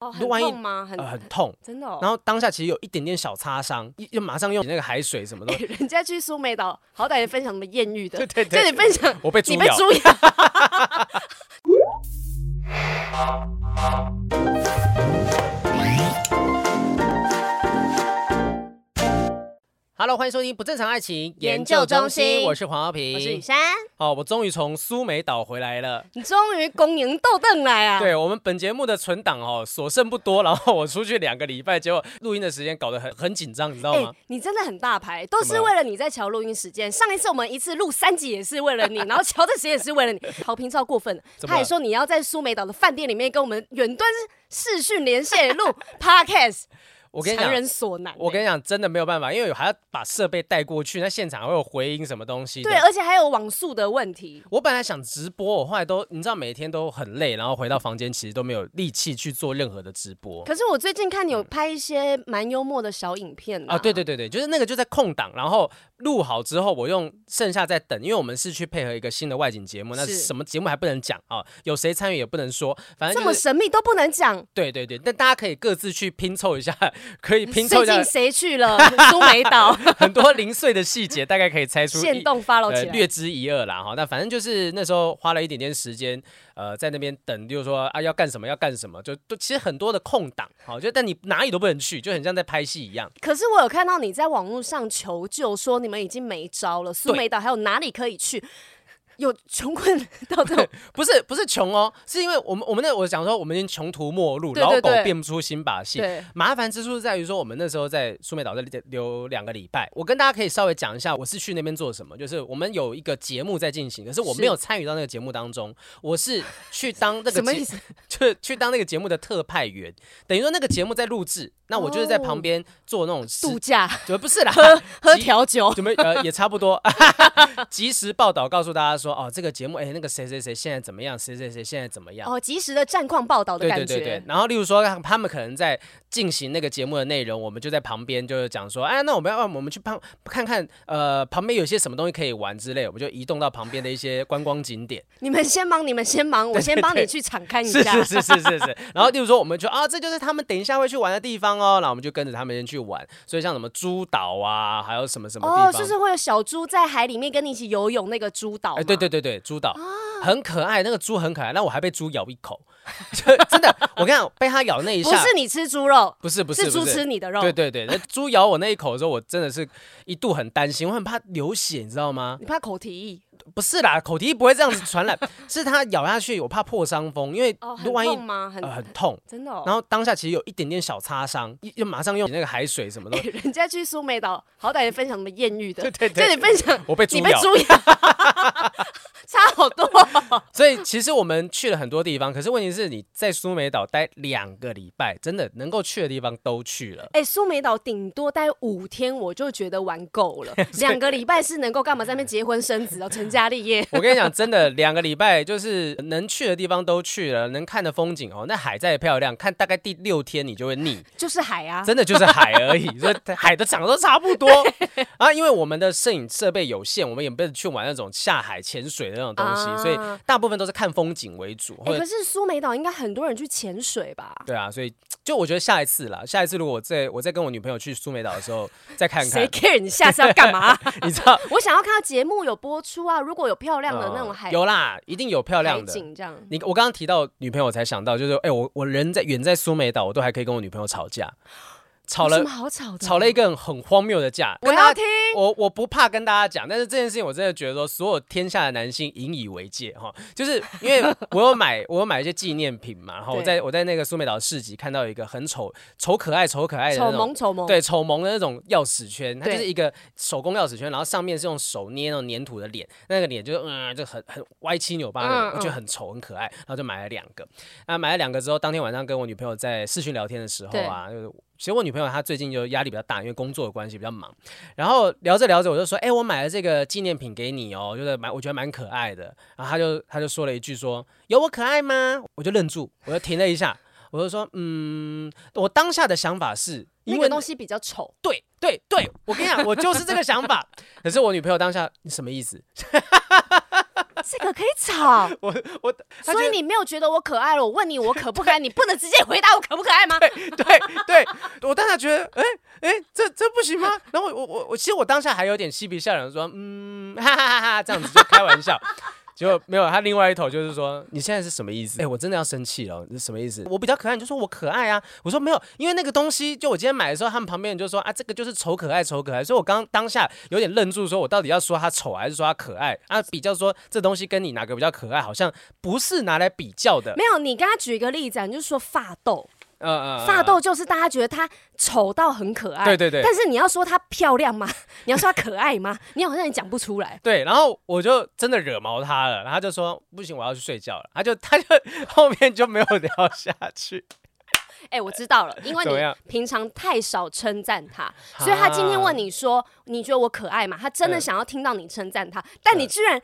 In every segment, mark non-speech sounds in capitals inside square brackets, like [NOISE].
哦，很如果万一痛吗？很、呃，很痛。真的哦。然后当下其实有一点点小擦伤，一又马上用那个海水什么的哎、， [LAUGHS] 人家去苏梅岛，好歹也分享什么艳遇的对，对就对， [LAUGHS] 你分享，我被猪你被咬，猪咬。 [LAUGHS] Hello，欢迎收听不正常 [LAUGHS] 爱情研究中心我是黄浩我是雨平。珊，哦，我终于从苏梅岛回来了。你终于公营斗凳来啊！对我们本节目的存档哦，所剩不多。然后我出去两个礼拜，结果录音的时间搞得很很紧张，你知道哎、吗？你真的很大牌，都怎是么为了你在瞧录音时间。上一次我们一次录三集也是为了 [LAUGHS] 你，然后瞧的时间也是为了你。好平超过分了，怎么他了还说你要在苏梅岛的饭店里面跟我们远端视讯连线录 [LAUGHS] podcast，我跟你强讲，人所难欸、我跟你讲，真的没有办法，因为还要把设备带过去，那现场还会有回音什么东西的。对，而且还有网速的问题。我本来想直播，我后来都你知道，每天都很累，然后回到房间其实都没有力气去做任何的直播。可是我最近看你有拍一些蛮幽默的小影片啊，对对对对，就是那个就在空档，然后录好之后，我用剩下再等，因为我们是去配合一个新的外景节目，那是什么节目还不能讲啊，有谁参与也不能说，反这正就么是神秘都不能讲，对对对，但大家可以各自去拼凑一下， [LAUGHS] 可以拼凑最一下近谁去 [LAUGHS] 了苏梅岛？很多零碎的细节，大概可以猜出现一。动 follow 呃起，来。略知一二啦哈，那反正就是那时候花了一点点时间，呃，在那边等，就是说啊要干什么要干什么，就都其实很多的空档，好，就但你哪里都不能去，就很像在拍戏一样。可是我有看到你在网络上求救，说你们已经没招了，苏梅岛还有哪里可以去？有穷困到 [LAUGHS] 这种，不是不是穷哦，是因为我们我们那我讲说我们已经穷途末路，对对老对狗变不出新把戏。对，麻烦之处是在于说，我们那时候在苏梅岛这里留两个礼拜。我跟大家可以稍微讲一下，我是去那边做什么。就是我们有一个节目在进行，可是我是没有参与到那个节目当中，我是去当 [LAUGHS] 那个什么节意思？去去当那个节目的特派员，等于说那个节目在录制，那我就是在旁边做那种实哦度假就 [LAUGHS] 不是啦，喝即调酒， [LAUGHS] 怎么呃也差不多， [LAUGHS] 及时报道告诉大家说哦这个节目哎、那个谁谁谁现在怎么样，谁谁谁现在怎么样。哦，及时的战况报道的啊对感对觉。对对，然后例如说他们可能在进行那个节目的内容，我们就在旁边就是讲说，哎，那我们要我们去旁看看，呃，旁边有些什么东西可以玩之类，我们就移动到旁边的一些观光景点。你们先忙，你们先忙，我先哎帮你去敞 [LAUGHS] 开一是下是。是是是是。然后，例如说，我们就啊，这就是他们等一下会去玩的地方哦，那我们就跟着他们先去玩。所以像什么猪岛啊，还有什么什么哦，地方，就是会有小猪在海里面跟你一起游泳那个猪岛嘛。哎，对对对对，猪岛、啊很可爱，那个猪很可爱，那我还被猪咬一口， [LAUGHS] 就真的，我跟你讲，被它咬那一不下，是你吃猪肉，不是不是是猪不吃你的肉。对对对，那猪咬我那一口的时候，我真的是一度很担心，我很怕流血，你知道吗？你怕口蹄疫不是啦，口蹄疫不会这样子传染，是它咬下去，我怕破伤风，因为哦，如很果万一、痛吗？很呃很痛，真的哦。然后当下其实有一点点小擦伤，一就马上用那个海水什么的哎， [LAUGHS] 人家去苏梅岛，好歹也分享什么艳遇的， [LAUGHS] 对对就你分享，我被猪你被咬。猪咬， [LAUGHS] 差好 [LAUGHS] 多哦。所以其实我们去了很多地方，可是问题是你在苏梅岛待两个礼拜，真的能够去的地方都去了。哎，苏梅岛顶多待五天，我就觉得玩够 [LAUGHS] 了。两个礼拜是能够干嘛？在那边结婚生子哦，成家立 [LAUGHS] 业。我跟你讲，真的，两个礼拜就是能去的地方都去了，能看的风景哦，那海再漂亮，看大概第六天你就会腻，就是海啊，真的就是海而已， [LAUGHS] 所以海的长得都差不多啊。因为我们的摄影设备有限，我们也不是去玩那种下海潜水的那种东西，啊所以大部分都是看风景为主，哎、或者可是苏梅岛应该很多人去潜水吧？对啊，所以就我觉得下一次啦，下一次如果我再我再跟我女朋友去苏梅岛的时候再看谁看， care 你下次要干嘛？ [LAUGHS] 你知道。我想要看到节目有播出啊，如果有漂亮的那种嗯海、有啦，一定有漂亮海的。景这样。你我刚刚提到女朋友，我才想到就是，哎、我我人在远在苏梅岛，我都还可以跟我女朋友吵架，吵有了什么好吵的？吵了一个很荒谬的架。我跟大要家听。我我不怕跟大家讲，但是这件事情我真的觉得说，所有天下的男性引以为戒哈，就是因为我有买我有买一些纪念品嘛，然后我对在我在那个苏梅岛市集看到一个很丑丑可爱丑可爱的丑那种萌丑萌，对，丑萌的那种钥匙圈，它就对是一个手工钥匙圈，然后上面是用手捏那种粘土的脸，那个脸就嗯就很很歪七扭八的嗯我觉得很丑很可爱，然后就买了两个。啊，买了两个之后，当天晚上跟我女朋友在视讯聊天的时候啊，就是其实我女朋友她最近就压力比较大，因为工作的关系比较忙。然后聊着聊着，我就说，哎、我买了这个纪念品给你哦，就是蛮我觉得蛮可爱的。然后她就她就说了一句说，有我可爱吗？我就愣住，我就停了一下。我就说，嗯，我当下的想法是，那因为个东西比较 [LAUGHS] 丑。对对对，我跟你讲，我就是这个想法。可是我女朋友当下，你什么意思？这个可以吵。 [LAUGHS] 我我，他所以觉得你没有觉得我可爱了？我问你我可不可爱，你不能直接回答我可不可爱吗？对对，我当下觉得，哎、哎、这这不行吗？然后我我我，其实我当下还有点嬉皮笑脸说，嗯，哈哈哈哈，这样子就开玩笑。结果没有，他另外一头就是说，你现在是什么意思？哎、我真的要生气了，你是什么意思？我比较可爱，你就说我可爱啊。我说没有，因为那个东西，就我今天买的时候，他们旁边人就说啊，这个就是丑可爱，丑可爱。所以我刚当下有点愣住，说我到底要说他丑还是说他可爱？啊，比较说这东西跟你哪个比较可爱，好像不是拿来比较的。没有，你跟他举一个例子啊，你就说发豆，呃呃，发豆就是大家觉得她丑到很可爱，对对对但是你要说她漂亮吗？ [LAUGHS] 你要说她可爱吗？你好像也讲不出来。对，然后我就真的惹毛他了，然后他就说不行，我要去睡觉了。他就 [LAUGHS] 他就后面就没有聊下去，哎、我知道了，因为怎么样你平常太少称赞她，所以她今天问你说你觉得我可爱吗？她真的嗯想要听到你称赞她，但你居 [LAUGHS] 然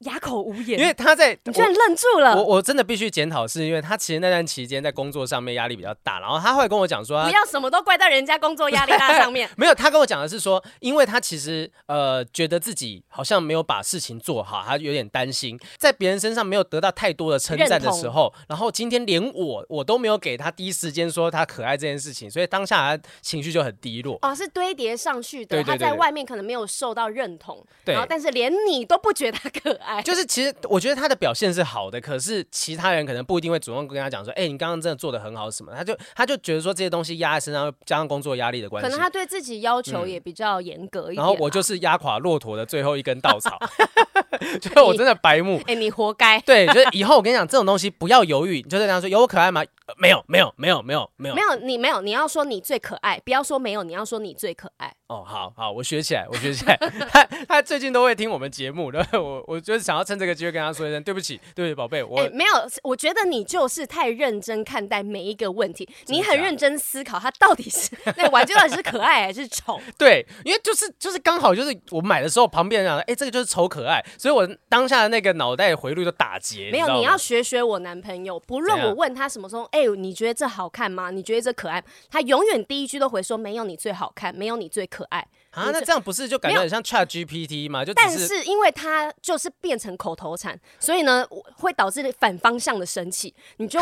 哑口无言，因为他在你居然愣住了我。我我真的必须检讨，是因为他其实那段期间在工作上面压力比较大，然后他会跟我讲说不他。。要什么都怪到人家工作压力大上面 [LAUGHS] 没有，他跟我讲的是说，因为他其实呃觉得自己好像没有把事情做好，他有点担心，在别人身上没有得到太多的称赞认的同时候，然后今天连我我都没有给他第一时间说他可爱这件事情，所以当下他情绪就很低落。哦，是堆叠上去的。对对他对在对外面可能没有受到认同，对然后但是连你都不觉得他可爱，就是其实我觉得他的表现是好的，可是其他人可能不一定会主动跟他讲说，哎、你刚刚真的做的很好什么，他就他就觉得说这些东西压在身上，加上工作压力的关可系能。他对自己要求也比较严格一点、嗯啊然后我就，是压垮骆驼的最后一根 [LAUGHS] 稻草，就是我真的白目。哎、你活该。对，就是以后我跟你讲，这种东西不要犹豫，你就对他说有我可爱吗？呃没有，没有，没有，没有，没有没。有，你没有，你要说你最可爱，不要说没有，你要说你最可爱。哦，好好，我学起来，我学起来。 [LAUGHS] 他他最近都会听我们节目，然后我我就是想要趁这个机会跟他说一声对不起，对不起，宝贝，我哎、没有，我觉得你就是太认真看待每一个问题，的你很假的认真思考它到底 [LAUGHS] 是那玩具到底是可爱还是丑。对，因为就是就是刚好就是我买的时候，旁边人讲，哎、这个就是丑可爱，所以我当下的那个脑袋回路就打结。没知有，道你要吗学学我男朋友，不怎论样我问他什么时候，哎、你觉得这好看吗？你觉得这可爱吗？他永远第一句都回说没有你最好看，没有你最可爱。啊，那这样不是就感没觉有很像 Chat GPT 吗？就只但是是因为他就是变成口头禅，所以呢我会导致反方向的生气。你就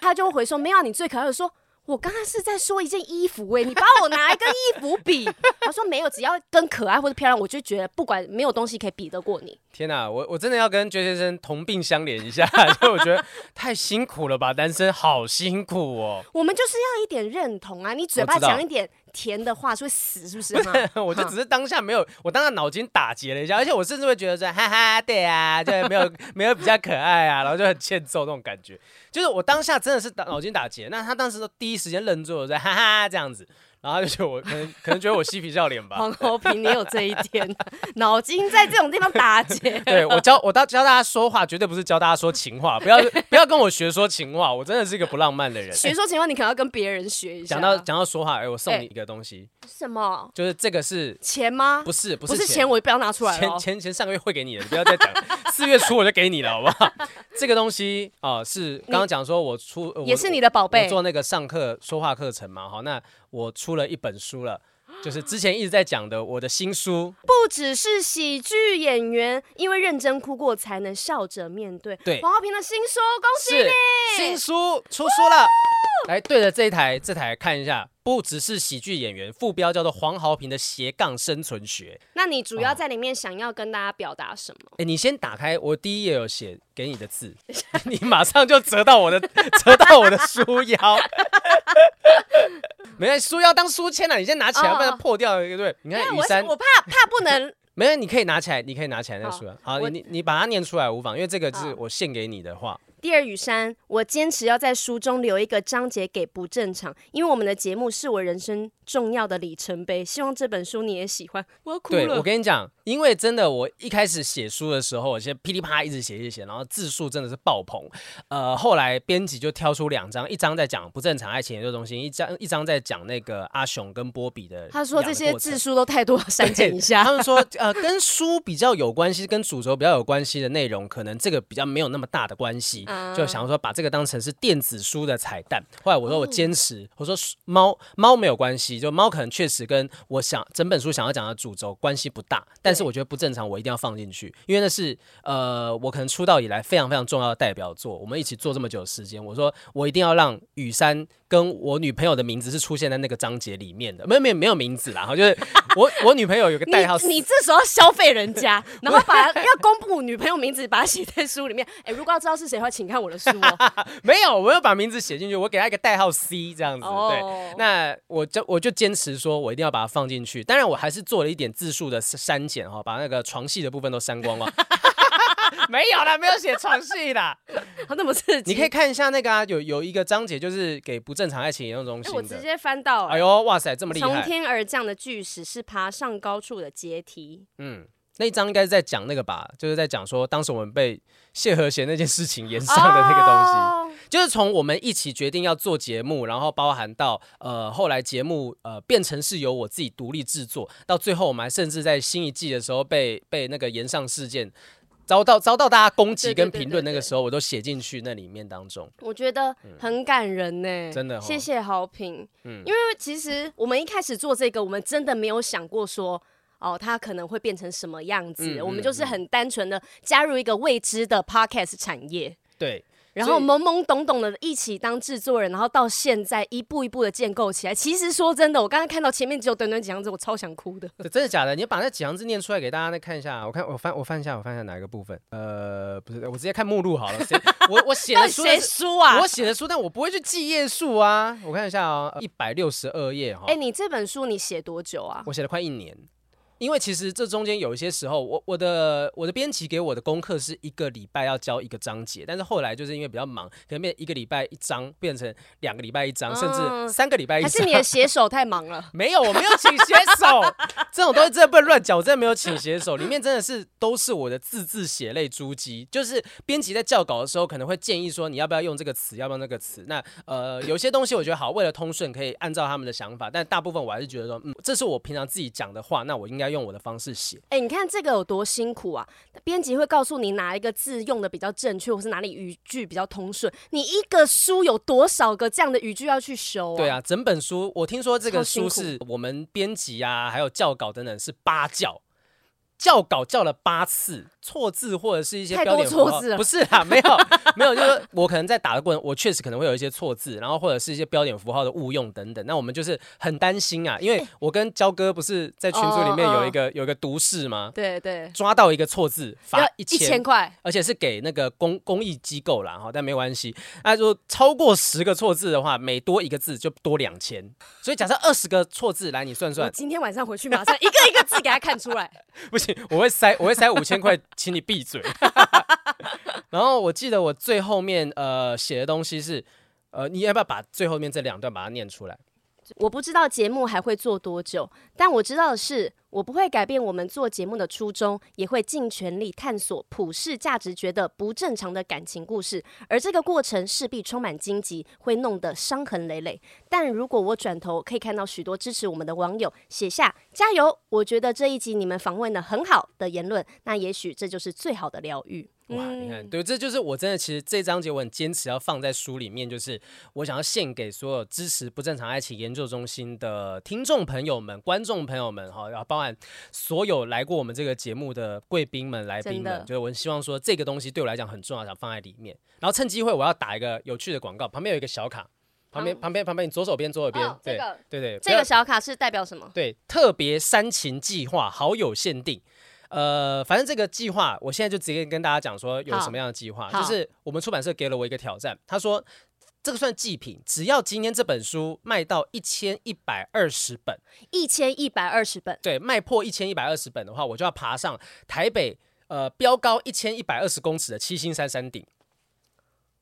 他就会回说没有啊你最可爱，我说。我刚刚是在说一件衣服哎、你把我拿一个衣服比， [LAUGHS] 他说没有，只要跟可爱或者漂亮，我就觉得不管没有东西可以比得过你。天哪、我我真的要跟薛先生同病相怜一下， [LAUGHS] 就我觉得太辛苦了吧，单身好辛苦哦。我们就是要一点认同啊，你嘴我巴知道讲一点甜的话，是会死 [LAUGHS] 是不是？哈我就哈只是当下没有，我当下脑筋打结了一下，而且我甚至会觉得说，哈哈，对啊，就是没有没有比较可爱啊，然后就很欠揍那种感觉。就是我当下真的是打脑筋打结，那他当时都第一时间愣住了，我在哈哈这样子，然后他就觉得我可能可能觉得我嬉皮笑脸吧。黄侯平也有这一天，脑筋在这种地方打结。 [LAUGHS] 对我教我到教大家说话，绝对不是教大家说情话，不要不要跟我学说情话，我真的是一个不浪漫的人。学说情况，你可能要跟别人学一下。讲到讲到说话，哎、我送啊哎你一个东西，什么就是这个是钱吗？不是不不是钱钱，我就不要拿出来了前哦。前前上个月会给你的，你不要再讲。四月初我就给你了，好不好？这个东西啊、是刚刚讲说我出，呃我也是你的宝我贝，做那个上课说话课程嘛，好，那我出了一本书了。就是之前一直在讲的我的新书，不只是喜剧演员，因为认真哭过才能笑着面对。对黄浩平的新书，恭喜是你！新书出书了。来对着这一台这台看一下，不只是喜剧演员，副标叫做黄豪平的斜杠生存学。那你啊主要在里面想要跟大家表达什么？哎，你先打开，我第一页有写给你的字， [LAUGHS] 你马上就折到我的，折到我的书腰。 [LAUGHS] 没关系，书腰当书签了、你先拿起来，哦不然破掉，对不对？你看因为雨我山，我怕怕不 [LAUGHS] 能，没有，你可以拿起来，你可以拿起来那书腰。好，我你你把它念出来无妨，因为这个是好我献给你的话。第二，雨山，我坚持要在书中留一个章节给不正常，因为我们的节目是我人生重要的里程碑。希望这本书你也喜欢。我要哭对，我了。跟你讲，因为真的，我一开始写书的时候，我先噼里啪啦一直写一直写，然后字数真的是爆棚。呃，后来编辑就挑出两张，一张在讲不正常爱情研究中心，一张一张在讲那个阿雄跟波比的养的他过程。说这些字数都太多，删减一 [LAUGHS] 下。他们说，呃，跟书比较有关系，跟主轴比较有关系的内容，可能这个比较没有那么大的关系。啊就想说把这个当成是电子书的彩蛋。后来我说我坚持，我说猫猫没有关系，就猫可能确实跟我想整本书想要讲的主轴关系不大，但是对我觉得不正常，我一定要放进去，因为那是呃我可能出道以来非常非常重要的代表作。我们一起做这么久的时间，我说我一定要让雨山跟我女朋友的名字是出现在那个章节里面的，没有没有没有名字啦，哈，就是我我女朋友有个代号你你这时候消费人家，然后把要公布女朋友名字，把它写在书里面。哎、如果要知道是谁的话，请看我的书 [LAUGHS] 哦。没有，我有把名字写进去，我给他一个代号 C 这样子。哦对，那我就我就坚持说我一定要把它放进去。当然，我还是做了一点字数的删减哈，把那个床戏的部分都删 [LAUGHS] 光了。没有啦，没有写床戏啦。那么刺激，哎你可以看一下那个啊，有有一个章节就是给不正常爱情研究中哎、心我的直。接翻到、哎呦，哇塞，这么厉从害！天而降的巨石是爬上高处的阶梯。嗯，那一章应该是在讲那个吧，就是在讲说当时我们被谢和弦那件事情延上的那个东西。西。就是从我们一起决定要做节目，然后包含到呃后来节目呃变成是由我自己独立制作，到最后我们还甚至在新一季的时候被被那个延上事件。遭到遭到大家攻击对对跟对评论，对那对个时候我都写进去那里面当中。我觉得很感人呢、嗯真的哦谢谢好评。嗯因为其实我们一开始做这个，我们真的没有想过说。哦，它可能会变成什么样子？嗯我们嗯就是很单纯的加入一个未知的 podcast 产业，对，然所后以懵懵懂懂的一起当制作人，然后到现在一步一步的建构起来。其实说真的，我刚刚看到前面只有短短几行字，我超想哭的。这真的假的？你把那几行字念出来给大家再看一下。我看我翻我翻一下，我翻一下哪一个部分？呃，不是，我直接看目录好了。谁我我写到的底书谁那是输啊？我写的书，但我不会去记页数啊。我看一下哦，一百六十二页哈。哎、你这本书你写多久啊？我写了快一年，因为其实这中间有一些时候，我我的我的编辑给我的功课是一个礼拜要交一个章节，但是后来就是因为比较忙，可能变一个礼拜一章，变成两个礼拜一章，甚嗯至三个礼拜一还章。是你的写手太忙 [LAUGHS] 了？没有，我没有请写手，这种东西真的不能乱讲。我真的没有请写手，里面真的是都是我的字字血泪珠玑。就是编辑在校稿的时候，可能会建议说你要不要用这个词，要不要那个词。那呃，有些东西我觉得好，为了通顺可以按照他们的想法，但大部分我还是觉得说，嗯，这是我平常自己讲的话，那我应该用我的方式写。哎、你看这个有多辛苦啊！编辑会告诉你哪一个字用的比较正确，或是哪里语句比较通顺。你一个书有多少个这样的语句要去修啊？对，啊，整本书我听说这个超辛书苦是我们编辑啊，还有校稿等等是八校。校稿校了八次，错字或者是一些太标多点符错号字了不是啦，没有 [LAUGHS] 没有，就是我可能在打的过程，我确实可能会有一些错字，然后或者是一些标点符号的误用等等。那我们就是很担心啊，因哎为我跟焦哥不是在群组里面哦有一个、有一个毒誓吗？对对，抓到一个错字罚要一千块，而且是给那个公公益机构啦，哈，但没关系。那如果超过十个错字的话，每多一个字就多两千。所以假设二十个错字，来你算我算，今天晚上回去马上一个一个字给他看出来。不行，我会塞，我会塞五千块， [LAUGHS] 请你闭嘴。然后我记得我最后面呃写的东西是，呃，你要不要把最后面这两段把它念出来？我不知道节目还会做多久，但我知道的是，我不会改变我们做节目的初衷，也会尽全力探索普世价值觉得不正常的感情故事，而这个过程势必充满荆棘，会弄得伤痕累累。但如果我转头可以看到许多支持我们的网友写下“加油”，我觉得这一集你们访问的很好的言论，那也许这就是最好的疗愈。嗯哇，你看，对，这就是我真的，其实这章节我很坚持要放在书里面，就是我想要献给所有支持不正常爱情研究中心的听众朋友们、观众朋友们哈，然后包含所有来过我们这个节目的贵宾们、来宾真的们，就是我很希望说这个东西对我来讲很重要，想放在里面。然后趁机会，我要打一个有趣的广告，旁边有一个小卡，旁边、旁边旁边，你左手边左手边，哦对、这个对对，不这要个小卡是代表什么？对，特别煽情计划好友限定。呃，反正这个计划，我现在就直接跟大家讲说有好什么样的计划，好就是我们出版社给了我一个挑战，他说这个算祭品，只要今天这本书卖到一千一百二十本，一千一百二十本。对，卖破一千一百二十本的话，我就要爬上台北呃标高一千一百二十公尺的七星山山顶，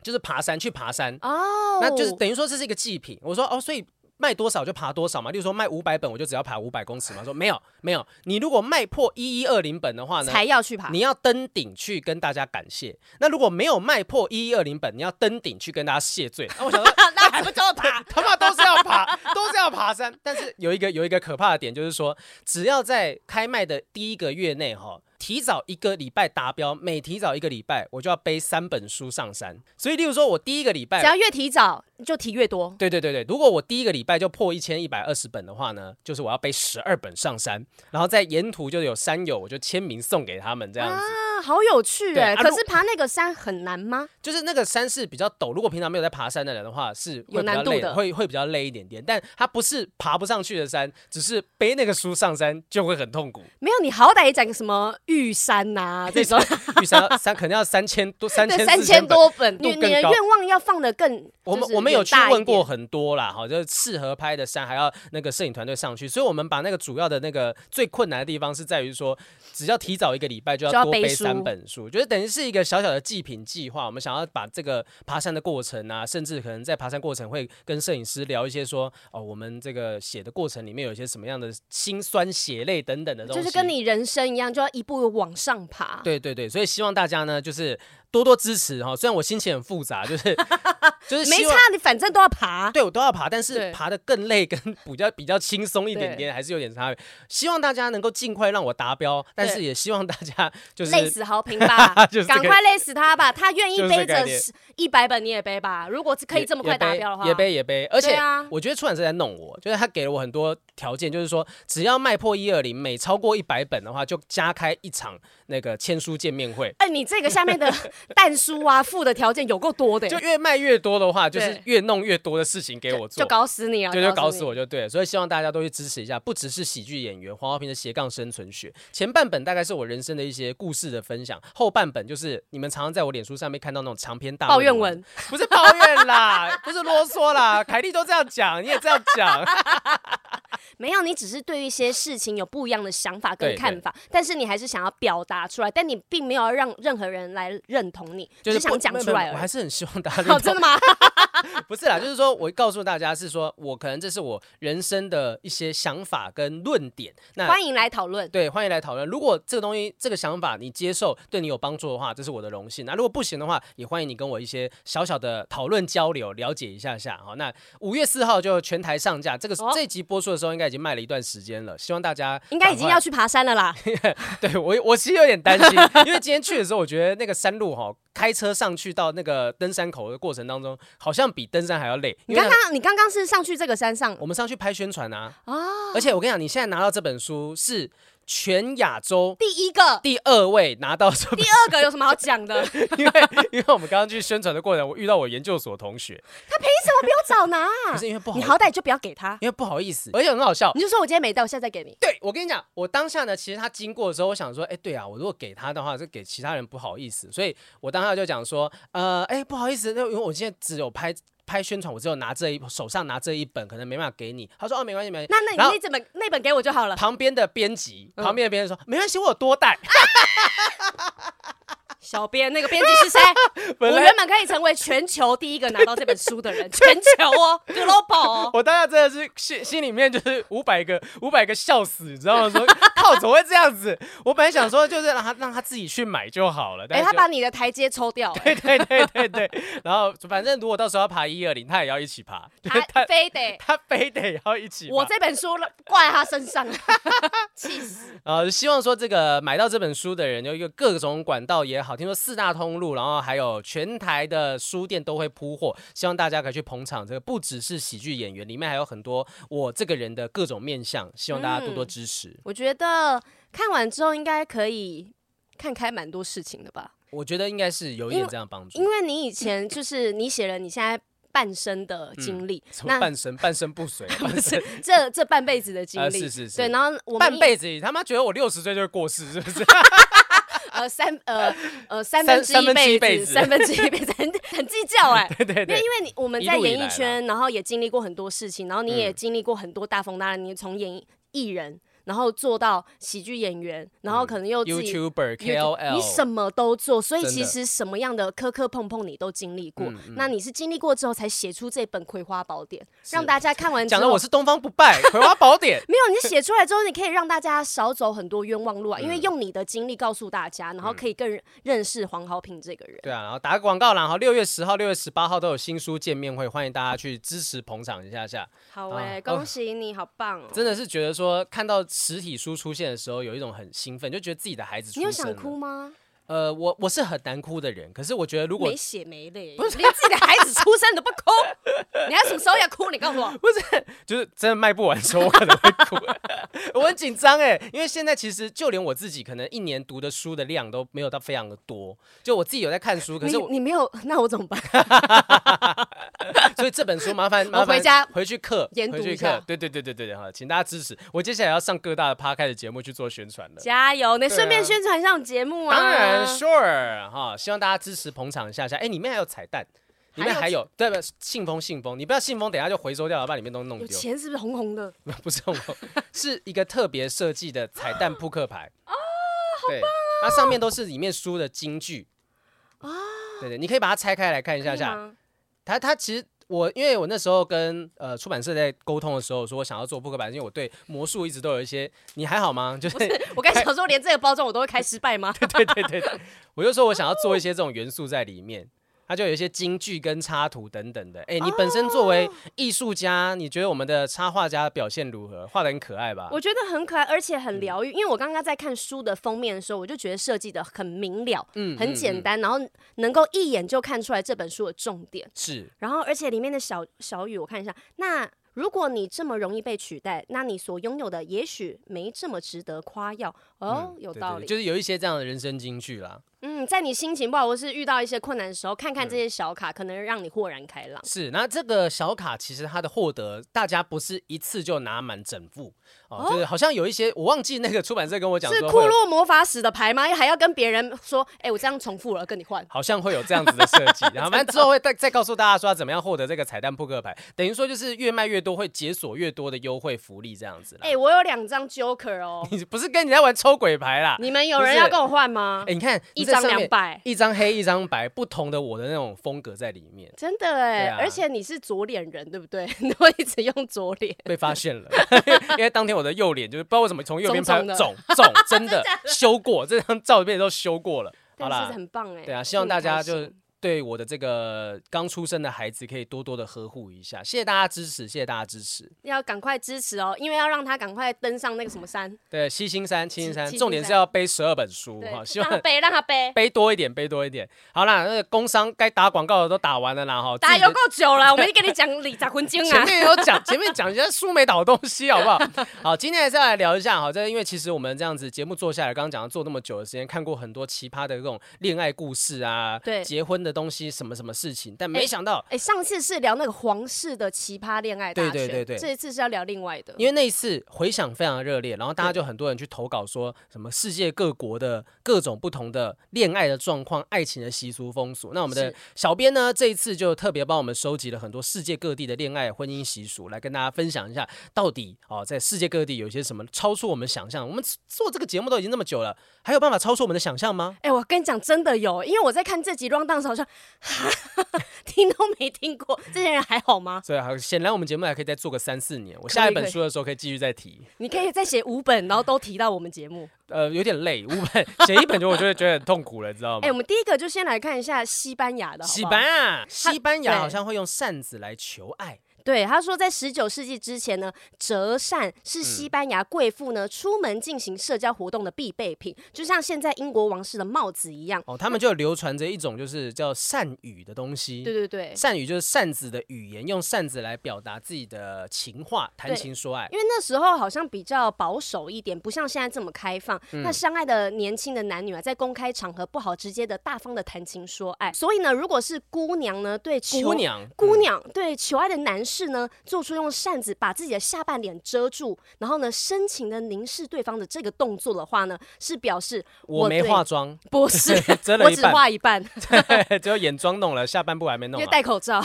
就是爬山去爬山，哦，那就是等于说这是一个祭品。我说哦，所以卖多少就爬多少嘛。例如说卖五百本，我就只要爬五百公尺嘛。说没有没有，你如果卖破一一二零本的话呢，才要去爬。你要登顶去跟大家感谢。那如果没有卖破一一二零本，你要登顶去跟大家谢罪。那我想说 [LAUGHS] 那还不够爬？他妈都是要爬，都是要爬爬山。但是有一个有一个可怕的点，就是说，只要在开卖的第一个月内哈，提早一个礼拜达标，每提早一个礼拜，我就要背三本书上山。所以，例如说我第一个礼拜只，要越提早就提越多，对对对对，如果我第一个礼拜就破一千一百二十本的话呢，就是我要背十二本上山，然后在沿途就有山友，我就签名送给他们这样子。啊，好有趣对哎！啊可如是爬那个山很难吗？就是那个山是比较陡，如果平常没有在爬山的人的话，是会有比较难度累的会会比较累一点点。但它不是爬不上去的山，只是背那个书上山就会很痛苦。没有，你好歹也讲个什么玉山 [LAUGHS] 呐、这种，玉山要三可能要三千多，三 [LAUGHS] 对千三四千千多本，度你更你的高愿望要放的更，我们就是我们有远去大一问点过很多啦，哈，就是适合拍的山，还要那个摄影团队上去，所以我们把那个主要的那个最困难的地方是在于说，只要提早一个礼拜就就要要多背背书三本书，就是等于是一个小小的祭品计划。我们想要把这个爬山的过程啊，甚至可能在爬山过程会跟摄影师聊一些说，哦，我们这个写的过程里面有一些什么样的辛酸血泪等等的东西，就是跟你人生一样，就要一步往上爬。对对对，所以希望大家呢，就是多多支持哈。虽然我心情很复杂，就是 [LAUGHS] 就是没希差望。，你反正都要爬。对，我都要爬，但是对爬的更累，跟 [LAUGHS] 比较比较轻松一点点，还是有点差别。希望大家能够尽快让我达标，但是对也希望大 [LAUGHS] 家就是累死好评吧 [LAUGHS] 就是这，个赶快累死他吧！他愿意就是这背个概着念一百本，你也背吧。如果是可以也这么快也达背标的话，也背也背。而对且啊我觉得出版社在弄我，就是他给了我很多条件，就是说只要卖破一二零，每超过一百本的话，就加开一场那个签书见面会。哎，你这个下面的 [LAUGHS] 蛋书啊，附的条件有够多的，就越卖越多的话，就是对越弄越多的事情给我做，就搞死你啊！对，就搞死你。我就对了，所以希望大家都去支持一下，不只是喜剧演员黄浩平的斜杠生存学。前半本大概是我人生的一些故事的分享，后半本就是你们常常在我脸书上面看到那种长篇大抱怨论文， [LAUGHS] 不是抱怨啦，不是啰嗦啦，凯莉都这样讲，你也这样 [LAUGHS] 讲，没有，你只是对一些事情有不一样的想法跟对对看法，但是你还是想要表达出来，但你并没有让任何人来认同你，只就是是想不讲没有出没有来我而还已。是很希望大家 [LAUGHS] 好，认真同的 [LAUGHS] 吗？不是啦，就是说我告诉大家是说我可能这是我人生的一些想法跟论点，那欢迎来讨论。对，欢迎来讨论。如果这个东西、这个想法你接受，对你有帮助的话，这是我的荣幸。那如果不行的话，也欢迎你跟我一些小小的讨论交流，了解一下下。好，那五月四号就全台上架，这个、哦这一集播出的时候应该已经卖了一段时间了，希望大家应该已经要赶去爬山了啦，快对我，我其实有点担心，因为今天去的时候，我觉得那个山路哈、开车上去到那个登山口的过程当中，好像比登山还要累。你因为刚那刚你刚刚是上去这个山上 [LAUGHS] 我们上去拍宣传啊，啊，而且我跟你讲，你现在拿到这本书是全亚洲。第一 [LAUGHS] 个、第二位拿到这本第 [LAUGHS] 二个有什么好讲 [LAUGHS] 的？凭什因为因为我们刚刚去宣传的过程，我遇到我研究所同学，么不要找拿啊？不是因为不好，你好歹就不要给他，因为不好意思，而且很好笑。你就说我今天没带，我下次再给你。对我跟你讲，我当下呢，其实他经过的时候，我想说，哎，对啊，我如果给他的话，是给其他人不好意思，所以我当下就讲说，呃，哎，不好意思，那因为我现在只有拍拍宣传，我只有拿这一手上拿这一本，可能没办法给你。他说，哦，没关系，没关系。那那你然后那这本那本给我就好了，旁边的编辑，嗯旁边的编辑说，没关系，我有多带。小编那个编辑是谁？我 [LAUGHS] 本来原本可以成为全球第一个拿到这本书的 [LAUGHS] 人，全球哦，global 哦。我当下真的是心心里面就是五百个五百个笑死，你知道吗？说靠，怎么会这样子？我本来想说就是让他让他自己去买就好了，哎、但是他就、把你的台阶抽掉、哎对对对对对，然后反正如果到时候要爬一二零，他也要一起爬，就是他他非得他非得要一起爬。我这本书挂在他身上，气死！呃，希望说这个买到这本书的人，有一个各种管道也好，听说四大通路，然后还有全台的书店都会铺货，希望大家可以去捧场。这个不只是喜剧演员，里面还有很多我这个人的各种面相，希望大嗯家多多支持。 [LAUGHS] 我觉得看完之后应该可以看开蛮多事情的吧，我觉得应该是有一点这样帮助因。为你以前就是你写了你现在半生的经历，什么那 [LAUGHS] 嗯半身半身不遂，半身这这半辈子的经啊历、是是是对，然后我们半一辈子，你他妈觉得我六十岁就会过世是不是？ [LAUGHS] 呃三呃呃三三分之三分之一一辈辈子，子三分之一辈子很很计较哎、对对因为对因，为你我们一在路以演艺来啦嗯圈，然后也经历过很多事情，然后你也经历过很多大风大浪，你从演艺艺人，然后做到喜剧演员，然嗯后可能又自己 YouTuber、 YouTube， KOL，你什么都做，所以真的其实什么样的磕磕碰碰你都经历过。嗯嗯那你是经历过之后才写出这本《葵花宝典》，是让大家看完之讲的后我是东方不败《葵花 [LAUGHS] 宝典》没有，你写出来之后，你可以让大家少走很多冤枉路啊，因嗯为用你的经历告诉大家，然后可以更认识黄豪平这个人。对啊，然后打个广告啦，然后六月十号、六月十八号都有新书见面会，欢迎大家去支持捧场一下下。好啊哎、哦恭喜你，好棒哦！真的是觉得说看到实体书出现的时候，有一种很兴奋，就觉得自己的孩子出你生有了。想哭吗？呃，我我是很难哭的人，可是我觉得如果没血没泪，不是连自己的孩子出生你都不哭，你还什么时候要哭？你告诉我，就是真的卖不完的时候，我可能会哭， [LAUGHS] 我很紧张哎，因为现在其实就连我自己，可能一年读的书的量都没有到非常的多，就我自己有在看书，可你是我你没有，那我怎么办？ [LAUGHS] 所以这本书 [LAUGHS] 麻烦麻烦回家回去课研读回去一下课对对对对对对，好，请大家支持，我接下来要上各大的 p o d 节目去做宣传 [LAUGHS] 了。 [LAUGHS] 加油！你对啊顺便宣传上节目啊！当然，sure 哈，希望大家支持捧场一下下。哎，里面还有彩蛋，里面还还有对不信封信封，你不要信封，等一下就回收掉了，把里面都弄有丢。钱是不是红红的？不是我，是一个特别设计的彩蛋扑克牌哦，好棒、哦它上面都是里面书的金句啊。对对，你可以啊把它拆开来看一下可以下。吗它它其实我因为我那时候跟呃出版社在沟通的时候，我说我想要做扑克牌，因为我对魔术一直都有一些。你还好吗？ [LAUGHS] 就是我刚才想说，连这个包装我都会开失败吗？哎 [LAUGHS] 对对对对，我就说我想要做一些这种元素在里面，它就有一些京剧跟插图等等的。哎、你本身作为艺术家，你觉得我们的插画家表现如何？画的很可爱吧？我觉得很可爱，而且嗯很疗愈。因为我刚刚在看书的封面的时候，我就觉得设计的很明了，嗯很简、单，然后能够一眼就看出来这本书的重点。是。然后，而且里面的小小语，我看一下。那如果你这么容易被取代，那你所拥有的也许没这么值得夸耀。哦，嗯有对道对理。就是有一些这样的人生金句啦。嗯，在你心情不好或是遇到一些困难的时候，看嗯看这些小卡，可能让你豁然开朗。是，那这个小卡其实它的获得，大家不是一次就拿满整副哦，就是好像有一些我忘记那个出版社跟我讲是说库会有，洛魔法使的牌吗？还要跟别人说，哎、我这样重复了，跟你 [LAUGHS] 换。好像会有这样子的设 [LAUGHS] 计，然后反正之后会再再告诉大家说要怎么样获得这个彩蛋扑克牌，等于说就是越卖越多，会解锁越多的优惠福利这样子啦。哎、我有两张 Joker [LAUGHS] 哦，你不是跟你在玩抽鬼牌啦？你们有不人是要跟我换吗哎、？你看一张两，你这上面百，一张黑一张白，不同的我的那种风格在里面真的哎、对啊而且你是左脸人，对不对？ [LAUGHS] 你会一直用左脸， [LAUGHS] 被发现了， [LAUGHS] 因为当天我的右脸就是不知道为什么从右边拍肿肿的肿肿， [LAUGHS] 真的修过，这张照片都修过了。好但是啦，很棒哎、对啊，希望真的大家开心就对我的这个刚出生的孩子可以多多的呵护一下，谢谢大家支持，谢谢大家支持。要赶快支持哦，因为要让他赶快登上那个什么山，对，七星山，七星山，七重点星是山要背十二本书对哈，，希让他望 [LAUGHS] 背，让他背。背多一点，背多一点。好啦，那个工商该打广告的都打完了啦哈，打自己有的够久了，我们已经跟你讲李杂魂经前啊，面有 [LAUGHS] 讲，前面讲一些苏梅岛的东西，好不好？好，今天还是要来聊一下哈，这因为其实我们这样子节目做下来，刚刚讲了做那么久的时间，看过很多奇葩的这种恋爱故事啊，对结婚的东西，什么什么事情，但没想到，哎、上次是聊那个皇室的奇葩恋爱大全，对对对对这一次是要聊另外的。因为那一次回响非常热烈，然后大家就很多人去投稿说什么世界各国的各种不同的恋爱的状况、爱情的习俗风俗。那我们的是小编呢，这一次就特别帮我们收集了很多世界各地的恋爱、婚姻习俗，来跟大家分享一下，到底哦，在世界各地有一些什么超出我们想象。我们做这个节目都已经这么久了，还有办法超出我们的想象吗？哎、我跟你讲，真的有，因为我在看这集 round down 的时候，我说， [LAUGHS] 听都没听过，这些人还好吗？所以好，显然我们节目还可以再做个三四年。我可以下一本可以书的时候可以继续再提。 [LAUGHS] 你可以再写五本，然后都提到我们节目。呃，有点累，五本写一本就我就会觉得很痛苦了，你知道吗？哎、我们第一个就先来看一下西班牙的好不好西班牙，啊西班牙对好像会用扇子来求爱，对，他说在十九世纪之前呢，折扇是嗯西班牙贵妇呢、出门进行社交活动的必备品，就像现在英国王室的帽子一样。哦，他们就流传着一种就是叫扇语的东西。对对对。扇语就是扇子的语言，用扇子来表达自己的情话，谈对情说爱。因为那时候好像比较保守一点，不像现在这么开放。嗯那相爱的年轻的男女啊，在公开场合不好直接的大方的谈情说爱，所以呢，如果是姑娘呢，对求姑娘，姑嗯娘对求爱的男士呢，做出用扇子把自己的下半脸遮住，然后呢深情的凝视对方的这个动作的话呢，是表示我没对 [LAUGHS] 化，妆，不是 [LAUGHS] 遮我了一只画一半， [LAUGHS] 半，只有眼妆弄了，下半部还没弄因为啊。戴口罩。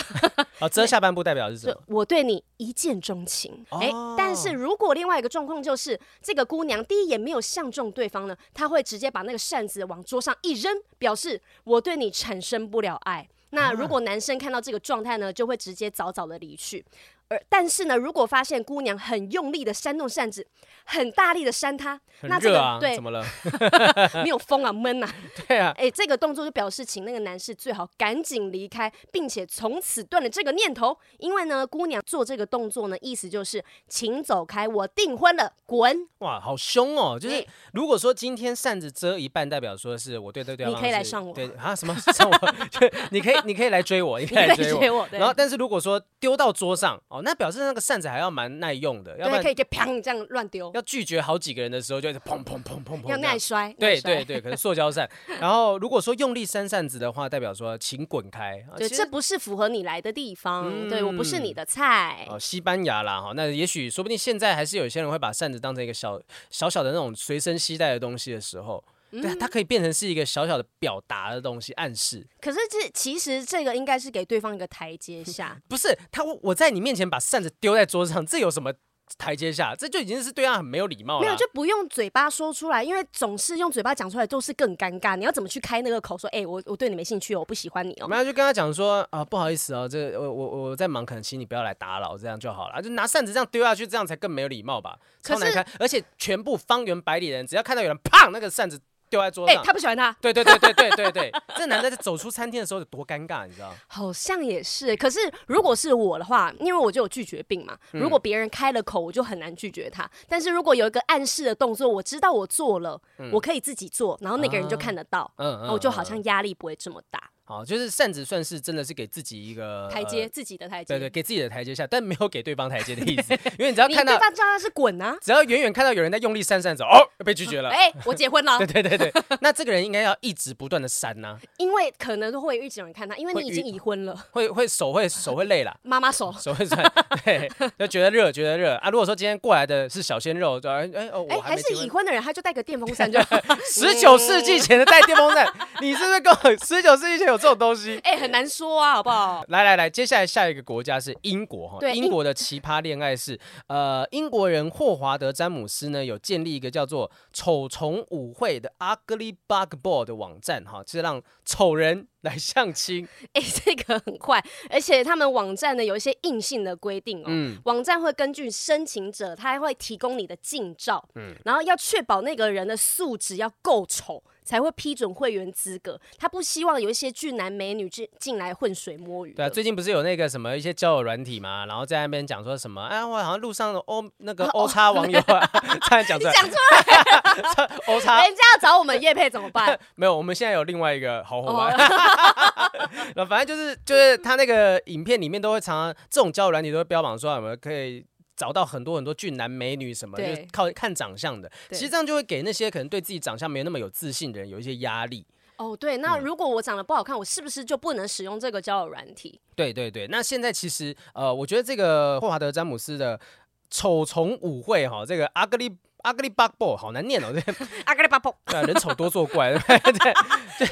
啊，遮下半部代表是什就么？我对你一见钟情，哦哎、但是如果另外一个状况就是，这个姑娘第一眼没有相中对方呢，她会直接把那个扇子往桌上一扔，表示我对你产生不了啊爱。那如果男生看到这个状态呢，就会直接早早的离去。而但是呢，如果发现姑娘很用力的扇动扇子，很大力的扇 [LAUGHS] 她，很那这热个、啊，对怎么了？ [LAUGHS] 没有风啊闷啊，对啊，哎、这个动作就表示请那个男士最好赶紧离开，并且从此断了这个念头。因为呢，姑娘做这个动作呢，意思就是请走开，我订婚了，滚！哇，好凶哦！就是哎如果说今天扇子遮一半，代表说是我对对对方你可以来是上我对啊什么上我？ [LAUGHS] 就你可以你可以来追我，你可以来来追追我。我，对然后，但是如果说丢到桌上哦，那表示那个扇子还要蛮耐用的，要不对，然可以给砰这样乱丢，要拒绝好几个人的时候，就会砰砰砰砰砰要这样，耐摔。对耐摔对，对，可能塑 [LAUGHS] 胶扇。然后如果说用力扇扇子的话，代表说请滚开。啊对，其这实不是符合你来的地方，对我不是你的菜。哦，西班牙啦哈，那也许说不定现在还是有些人会把扇子当成一个小小小的那种随身携带的东西的时候，嗯对啊，它可以变成是一个小小的表达的东西，暗示可是这其实这个应该是给对方一个台 [LAUGHS] 阶下，不是他我我在你面前把扇子丢在桌上，这有什么台阶下？这就已经是对他很没有礼貌了。没有就不用嘴巴说出来，因为总是用嘴巴讲出来都是更尴尬。你要怎么去开那个口说，哎、我我对你没兴趣哦，我不喜欢你哦我。们要就跟他讲说啊、不好意思哦，这我我我在忙，可能请你不要来打扰，这样就好了。就拿扇子这样丢下去，这样才更没有礼貌吧？可超是难看，而且全部方圆百里人，只要看到有人砰那个扇子丢在桌哎、上，他不喜欢他，对对对对对对对，这男的在走出餐厅的时候有多尴尬，你知道？好像也是。可是如果是我的话，因为我就有拒绝病嘛，嗯如果别人开了口，我就很难拒绝他。但是如果有一个暗示的动作，我知道我做了，我可以自己做，然后那个人就看得到，嗯我哦就好像压力不会这么大，好，就是扇子算是真的是给自己一个台阶、呃自己的台阶。对对，给自己的台阶下，但没有给对方台阶的 [LAUGHS] 意思，因为你只要你看对到，方叫他是滚啊！只要远远看到有人在用力扇扇子，哦，被拒绝了。哎、我结婚了对，对 [LAUGHS] 对对，那这个人应该要一直不断的扇呐、因为可能都会有一直有人看他，因为会你已经晕已婚了，会会手会手会累啦，妈妈手。手会酸，对，就觉得热觉得热啊。如果说今天过来的是小鲜肉，就哎哎哦，哎、我还还没是结已婚。婚的人，他就带个电风扇就好。 [LAUGHS] 十九世纪前的带电 [LAUGHS] 风扇，你是不是跟我十九世纪前有这种东西？哎、很难说啊，好不好？来来来，接下来下一个国家是英国哈。对英国的奇葩恋爱是，呃，英国人霍华德·詹姆斯呢有建立一个叫做“丑虫舞会”的 Ugly Bug Ball 的网站哈，是让丑人来相亲。哎、这个很快，而且他们网站呢有一些硬性的规定哦。嗯网站会根据申请者，他还会提供你的近照，嗯，然后要确保那个人的素质要够丑，才会批准会员资格。他不希望有一些俊男美女进进来浑水摸鱼的。对啊，最近不是有那个什么一些交友软体嘛，然后在那边讲说什么，啊，我好像路上的欧那个欧叉网友 [LAUGHS] 啊，差点讲出来，哦讲出欧叉来，人家要找我们叶配怎么办？ [LAUGHS] 没有，我们现在有另外一个好伙伴。哦 [LAUGHS] 那、反正就是就是他那个影片里面都会常常这种交友软体都会标榜说我们可以。找到很多很多俊男美女什么，就对是靠看长相的。对其实这样就会给那些可能对自己长相没有那么有自信的人有一些压力。哦，对，那嗯如果我长得不好看，我是不是就不能使用这个交友软体？对对对，那现在其实呃，我觉得这个霍华德詹姆斯的丑虫舞会哈，这个 ugly ugly bug ball 好难念哦， [LAUGHS] 这阿格里巴布，对啊人丑多作怪， [LAUGHS] 对不对？对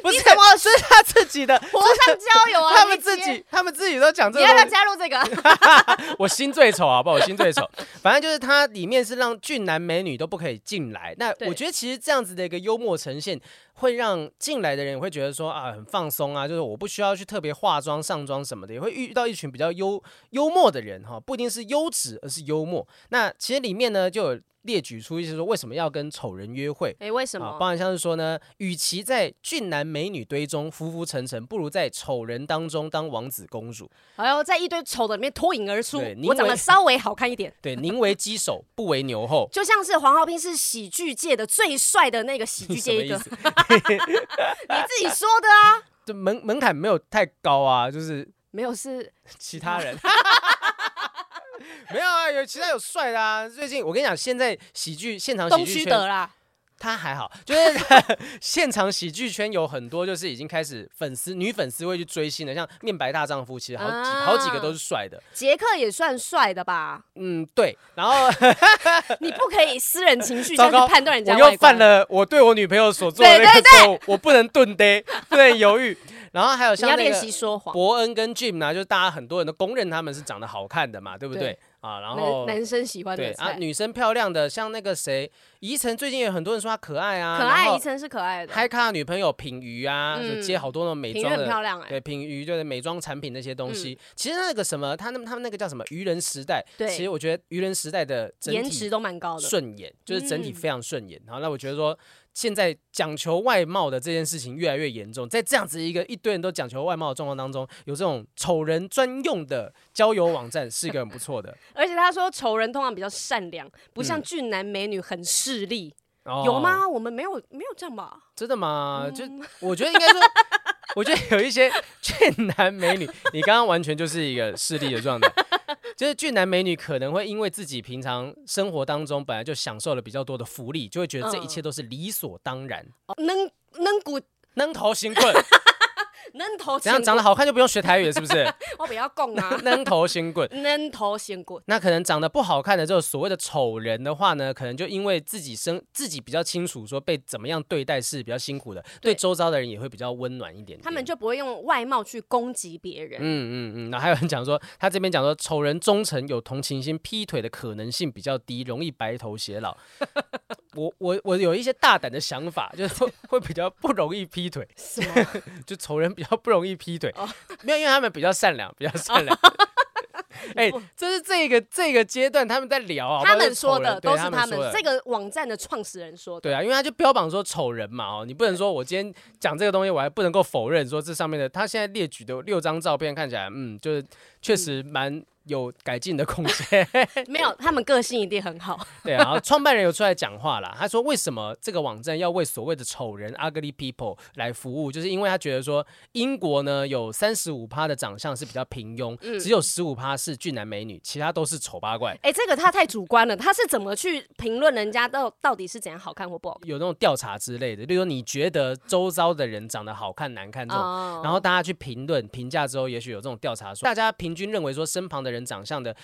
不你是怎么是他自己的，火上浇油啊！ [LAUGHS] 他们你自接，己，他们自己都讲这你个要不要东西。加入这个？ [LAUGHS] 我心最丑，好不好？我心最丑。反正就是它里面是让俊男美女都不可以进来。那对我觉得其实这样子的一个幽默呈现，会让进来的人也会觉得说啊，很放松啊，就是我不需要去特别化妆、上妆什么的，也会遇到一群比较幽幽默的人哈，不一定是优质，而是幽默。那其实里面呢就有列举出一些说为什么要跟丑人约会。哎、为什么？啊，包含像是说呢，与其在俊男美女堆中浮浮沉沉，不如在丑人当中当王子公主。哎呦，在一堆丑的里面脱颖而出对，宁我长为得稍微好看一 [LAUGHS] 点，对，宁为鸡首，不为牛后。就像是黄浩斌是喜剧界的最帅的那个喜剧 [LAUGHS] 什界么一意个，思？你自己说的啊，这门门槛没有太高啊，就是没有是其 [LAUGHS] 他人。没有啊，有其他有帅的啊。最近我跟你讲，现在喜剧现哦场喜东剧区圈德啦，他还好，就是现场喜剧圈有很多就是已经开始粉丝女粉丝会去追星的，像面白大丈夫，其实好几、啊好几个都是帅的。杰克也算帅的 [LAUGHS] 吧？嗯，对。[LAUGHS] 然后你不可以私人情绪这糟样糕，去判断人家我外又观犯。了我对我女朋友所做的那对个错误，我不能顿呆，不能犹豫。然后还有你要像那练习个说谎。伯恩跟 Jim 呢、就是大家很多人都公认他们是长得好看的嘛，对不对？对啊，然男后男生喜欢对的啊，菜，女生漂亮的，像那个谁，宜晨最近也很多人说她可爱啊，可爱宜晨是可爱的，嗨咖女朋友品瑜啊，就嗯接好多那种美平妆日很的。漂亮哎，嗯对，品瑜就是美妆产品那些东西，其实那个什么，他那他们那个叫什么愚人时代，对其实我觉得愚人时代的整颜体值都蛮高的。顺眼，就是整体嗯非常顺眼。然后那我觉得说，现在讲求外貌的这件事情越来越严重，在这样子一个一堆人都讲求外貌的状况当中，有这种丑人专用的交友网站是一个很不错的。而且他说丑人通常比较善良，不像俊男美女很势利，嗯哦有？吗？嗯我们没有没有这样吧？真的吗？就我觉得应该说，我觉得有一些俊男美女，你刚刚完全就是一个势利的状态。就是俊男美女可能会因为自己平常生活当中本来就享受了比较多的福利，就会觉得这一嗯切都是理所当然，哦能能骨能头行棍。能头怎样先长得滚好看就不用学台语了，是不是？，我不要供 [LAUGHS] 啊扔头先棍。 [LAUGHS] 能头先滚。那可能长得不好看的这种所谓的丑人的话呢，可能就因为自己生自己比较清楚说被怎么样对待是比较辛苦的，对对周遭的人也会比较温暖一点点他们就不会用外貌去攻击别人。嗯嗯嗯嗯，然后还有人讲说，他这边讲说丑人忠诚有同情心，劈腿的可能性比较低，容易白头偕老。 [LAUGHS] 我我我有一些大胆的想法，就是会会比较不容易劈腿。什 [LAUGHS] 么？就仇人比较不容易劈腿，哦没有，因为他们比较善良，[LAUGHS] 比较善良。哎、这是这个这个阶段他们在聊啊，他们说的不都知是道是他们们说的这个网站的创始人说的。对啊，因为他就标榜说丑人嘛哦，你不能说我今天讲这个东西，我还不能够否认说这上面的他现在列举的六张照片看起来，嗯，就是确实蛮有改进的空间。没有，他们个性一定很好。 [LAUGHS] [LAUGHS] 对啊，然后创办人有出来讲话啦，他说为什么这个网站要为所谓的丑人 （ugly people） 来服务，就是因为他觉得说英国呢有三十五趴的长相是比较平庸，只有十五趴是俊男美女，其他都是丑八怪。哎、这个他太主观了，他是怎么去评论人家到到底是怎样好看或不好有那种调查之类的，例如说你觉得周遭的人长得好看、难看这看？种，哦然后大家去评论评价之后，也许有这种调查说，大家平均认为说身旁的人长相的。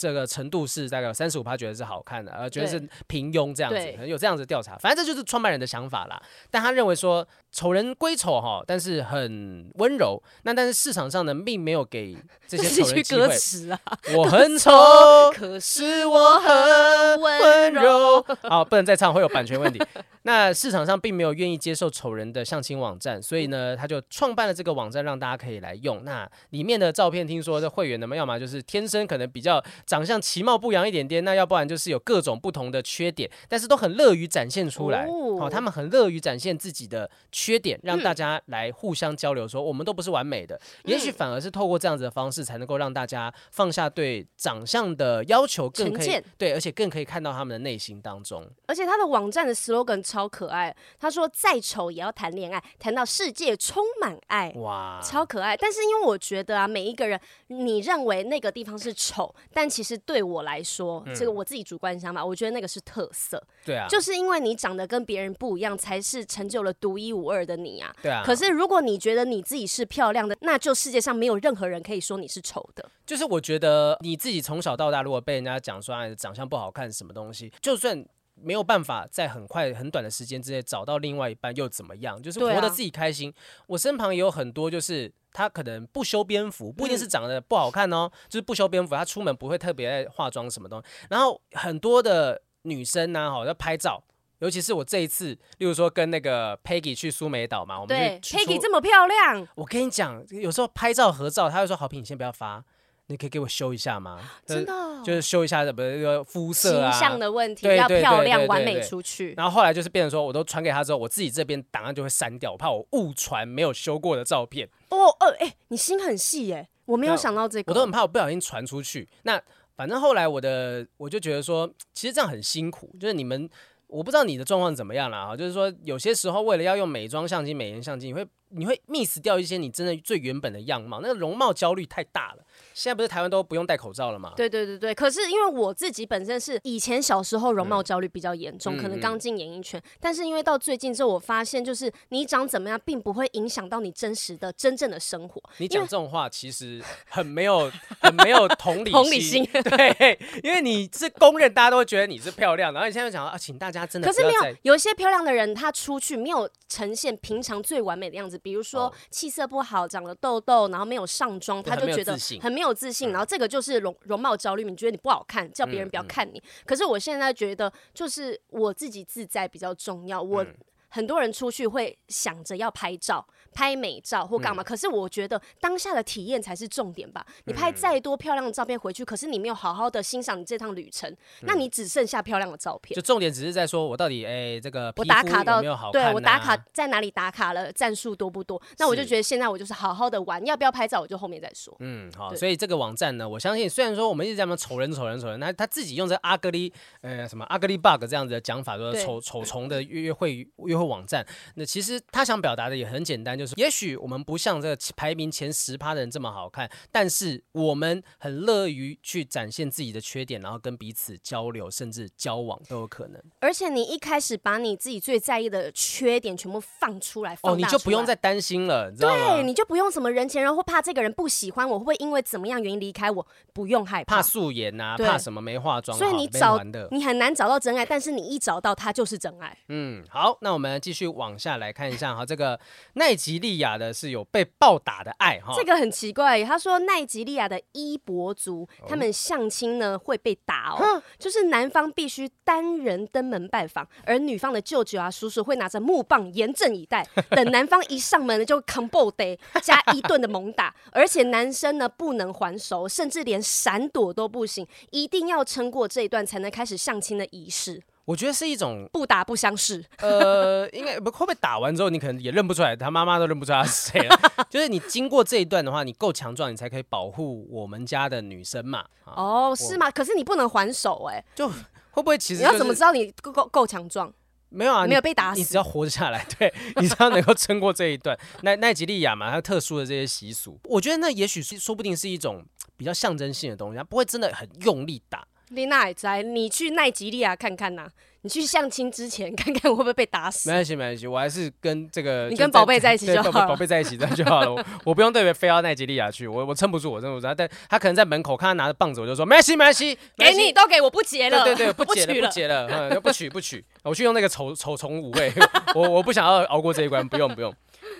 这个程度是大概有三十五趴觉得是好看的，呃，觉得是平庸这样子，对可能有这样子的调查。反正这就是创办人的想法啦。但他认为说，丑人归丑哈，但是很温柔。那但是市场上呢，并没有给这这是一些丑 [LAUGHS] 人句机歌会。词啊，我很丑，哦可是是我很温柔。好，不能再唱，会有版权 [LAUGHS] 问题。那市场上并没有愿意接受丑人的相亲网站，所以呢，他就创办了这个网站让大家可以来用。那里面的照片，听说的会员呢，要么就是天生可能比较长相其貌不扬一点点，那要不然就是有各种不同的缺点，但是都很乐于展现出来。哦哦，他们很乐于展现自己的缺点，让大家来互相交流说我们都不是完美的，也嗯许反而是透过这样子的方式，才能够让大家放下对长相的要求，更可成以见对，而且更可以看到他们的内心当中。而且他的网站的 slogan 超可爱，他说再丑也要谈恋爱，谈到世界充满爱。哇，超可爱，但是因为我觉得啊，每一个人，你认为那个地方是丑，但其实对我来说，这个我自己主观想法，我觉得那个是特色，嗯对啊，就是因为你长得跟别人不一样，才是成就了独一无二的你啊。对啊。可是如果你觉得你自己是漂亮的，那就世界上没有任何人可以说你是丑的。就是我觉得你自己从小到大，如果被人家讲说哎长相不好看什么东西，就算。没有办法在很快很短的时间之内找到另外一半又怎么样？就是对啊活得自己开心。我身旁也有很多，就是他可能不修边幅，不一嗯定是长得不好看哦，就是不修边幅，他出门不会特别爱化妆什么东西。然后很多的女生呢、好要拍照，尤其是我这一次，例如说跟那个 Peggy 去苏梅岛嘛，我们对去去苏，Peggy 这么漂亮，我跟你讲，有时候拍照合照，他会说：“好评，你先不要发，你可以给我修一下吗？”真的的哦、就是修一下什么肤色啊。形象的问题对要对漂对亮对完对美对出去。然后后来就是变成说，我都传给他之后，我自己这边档案就会删掉，我怕我误传没有修过的照片，哦哦，哎、你心很细哎、我没有对啊想到这个，我都很怕我不小心传出去。那反正后来我的我就觉得说，其实这样很辛苦，就是你们。我不知道你的状况怎么样啦，哈，就是说有些时候为了要用美妆相机、美颜相机，你会你会 miss 掉一些你真的最原本的样貌，那个容貌焦虑太大了。现在不是台湾都不用戴口罩了嘛？对对对对，可是因为我自己本身是以前小时候容貌焦虑比较严重，嗯可能嗯刚进演艺圈，但是因为到最近之后，我发现就是你长怎么样，并不会影响到你真实的真正的生活。你讲这种话其实很没有、很没有同理同理心对，因为你是公认，大家都会觉得你是漂亮，然后你现在讲啊，请大家真的可不是要没有再，有一些漂亮的人，她出去没有呈现平常最完美的样子，比如说哦气色不好，长了痘痘，然后没有上妆，对她很就没有觉得自信嗯很没有自信，然后这个就是容容貌焦虑，你觉得你不好看，叫别人不要看你。可是我现在觉得，就是我自己自在比较重要，我。嗯很多人出去会想着要拍照、拍美照或嗯干嘛，可是我觉得当下的体验才是重点吧。你嗯拍再多漂亮的照片回去，可是你没有好好的欣赏你这趟旅程，那嗯你只剩下漂亮的照片就。重点只是在说我到底哎、这个我皮打肤卡有到没有好看、啊，对我打卡在哪里打卡了，战术多不多？那我就是觉得现在我就是好好的玩，要不要拍照我就后面再说。嗯，好，对所以这个网站呢，我相信虽然说我们一直在那边丑人丑人丑人，那他自己用这阿格里呃什么阿格里 bug 这样子的讲法，说对丑丑虫的约约会约会网站，那其实他想表达的也很简单，就是也许我们不像这个排名前十趴的人这么好看，但是我们很乐于去展现自己的缺点，然后跟彼此交流，甚至交往都有可能。而且你一开始把你自己最在意的缺点全部放出来，哦，放你大就出不用来再担心了，你知道对，吗？你就不用什么人前人后怕这个人不喜欢我，会不会因为怎么样原因离开我，不用害怕素颜呐、对怕什么没化妆，所以好你没找玩的你很难找到真爱，但是你一找到他就是真爱。嗯，好，那我们继续往下来看一下哈，这个奈及利亚的是有被暴打的爱哈，这个很奇怪耶，他说奈及利亚的伊博族，哦他们相亲呢会被打哦，就是男方必须单人登门拜访，而女方的舅舅啊、叔叔会拿着木棒严阵以 [LAUGHS] 待，等男方一上门呢就 combo day 加一顿的猛打， [LAUGHS] 而且男生呢不能还手，甚至连闪躲都不行，一定要撑过这一段才能开始相亲的仪式，我觉得是一种不打不相识。呃，应该不会不会打完之后，你可能也认不出来，他妈妈都认不出来他是谁了。 [LAUGHS] 就是你经过这一段的话，你够强壮，你才可以保护我们家的女生嘛。啊，哦，是吗？可是你不能还手哎、就会不会其实、你就是、要怎么知道你够够够强壮？没有啊？没你有被打你死只要活着下来，对你只要能够撑过这一段。奈奈及利亚嘛，它特殊的这些习俗，我觉得那也许是说不定是一种比较象征性的东西，它不会真的很用力打。丽娜也在，你去奈及利亚看看呐、你去相亲之前 [LAUGHS] 看看会不会被打没死。关系，没关系，我还是跟这个你就跟宝贝在一起对就好宝贝宝了。贝在一起这样就好了，我我不用特别非要奈及利亚去，我我撑不住，我撑不住。但他可能在门口看他拿着棒子，我就说没关系，没关系，没给关系你。都给我不结了，对对对，不解娶了，不解了，嗯，就不取不取，我去用那个丑丑虫五味， [LAUGHS] 我我不想要熬过这一关，不用不用。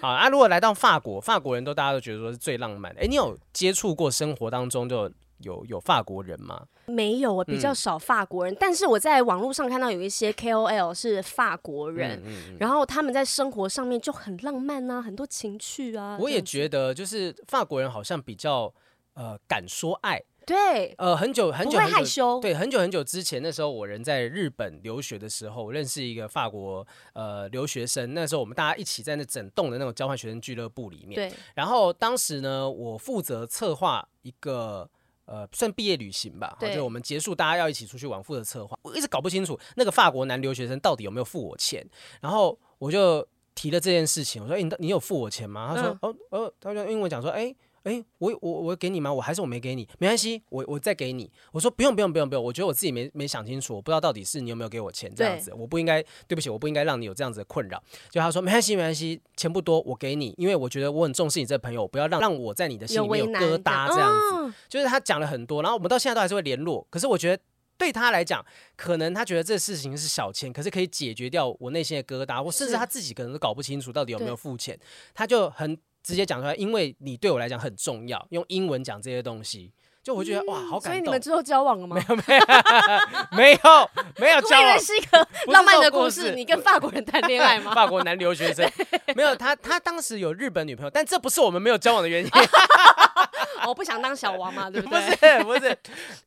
好啊，如果来到法国，法国人都大家都觉得说是最浪漫的。哎，你有接触过生活当中就有有法国人吗？没有，我比嗯较少法国人，但是我在网络上看到有一些 KOL 是法国嗯人，然后他们在生活上面就很浪漫啊，很多情趣啊。我也这样觉得，就是法国人好像比较呃敢说爱，对，呃，很久很不久会很害久羞。对，很久很久之前，那时候我人在日本留学的时候，我认识一个法国呃留学生。那时候我们大家一起在那整栋的那种交换学生俱乐部里面。对，然后当时呢，我负责策划一个。呃，算毕业旅行吧，对就我们结束，大家要一起出去玩，负责策划。我一直搞不清楚那个法国男留学生到底有没有付我钱，然后我就提了这件事情，我说：“哎、你你有付我钱吗？”他说：“嗯哦哦，他就英文讲说，哎、哎、我我我给你吗？我还是我没给你，没关系，我我再给你。”我说：“不用不用不用不用，我觉得我自己没没想清楚，我不知道到底是你有没有给我钱这样对子，我不应该，对不起，我不应该让你有这样子的困扰。”就他说：“没关系没关系，钱不多，我给你，因为我觉得我很重视你这个朋友，我不要让让我在你的心里面为有难疙瘩这样子。”嗯就是他讲了很多，然后我们到现在都还是会联络。可是我觉得对他来讲，可能他觉得这事情是小钱，可是可以解决掉我内心的疙瘩，或甚至是他自己可能都搞不清楚到底有没有对付钱，他就很直接讲出来，因为你对我来讲很重要，用英文讲这些东西，就我觉得、哇，好嗯所以感你动们。之后交往了吗？ [LAUGHS] 没有没 [LAUGHS] 有我交以为往。是一个不是浪漫这的种故故事，事你跟法国人谈恋爱吗？ [LAUGHS] 法国男留学 [LAUGHS] 生没有他，他当时有日本女朋友，但这不是我们没有交往的原因。哦我不想当小王嘛，对不 [LAUGHS] 不哦对？是不是，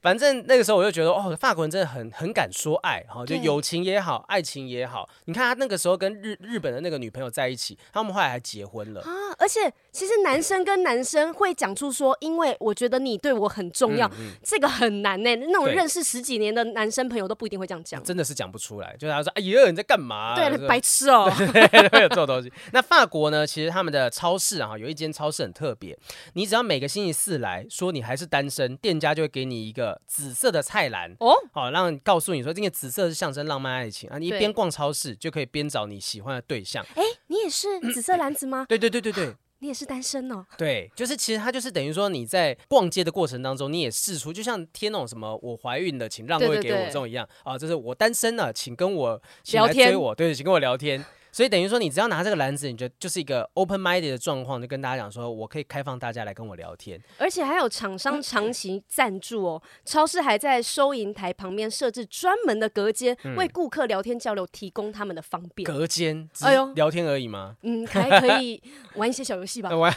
反正那个时候我就觉得，哦，法国人真的很很敢说爱，哈，就对友情也好，爱情也好。你看他那个时候跟日日本的那个女朋友在一起，他们后来还结婚了。啊啊！而且其实男生跟男生会讲出说，因为我觉得你对我很重要，这个很难呢、欸那种嗯对认识十几年的男生朋友都不一定会这样讲。真的是讲不出来，就是他说：“哎呀，你在干嘛？”对就啊，[LAUGHS] 是白痴哦、 [LAUGHS] 对，会有这种东西。那法国呢？其实他们的超市啊，有一间超市很特别，你只要每个星期四来说你还是单身，店家就会给你一个紫色的菜篮。哦，好、让告诉你说，这个紫色是象征浪漫爱情啊！你一对边逛超市就可以边找你喜欢的对象。哎、你也是紫色篮子吗？对对对 [LAUGHS] 对对你也是单身哦、对，就是其实它就是等于说你在逛街的过程当中，你也试出，就像贴那种什么“我怀孕了，请让对位对给我”对这种一样啊，就是我单身了，请跟我请聊来追天我，对，请跟我聊天。所以等于说，你只要拿这个篮子，你就就是一个 open minded 的状况，就跟大家讲说，我可以开放大家来跟我聊天。而且还有厂商长期赞助哦，超市还在收银台旁边设置专门的隔间，嗯为顾客聊天交流提供他们的方便。隔间，哎哎呦，呦聊天而已 [LAUGHS] 吗？嗯，还可以玩一些小游 [LAUGHS] 戏吧那，玩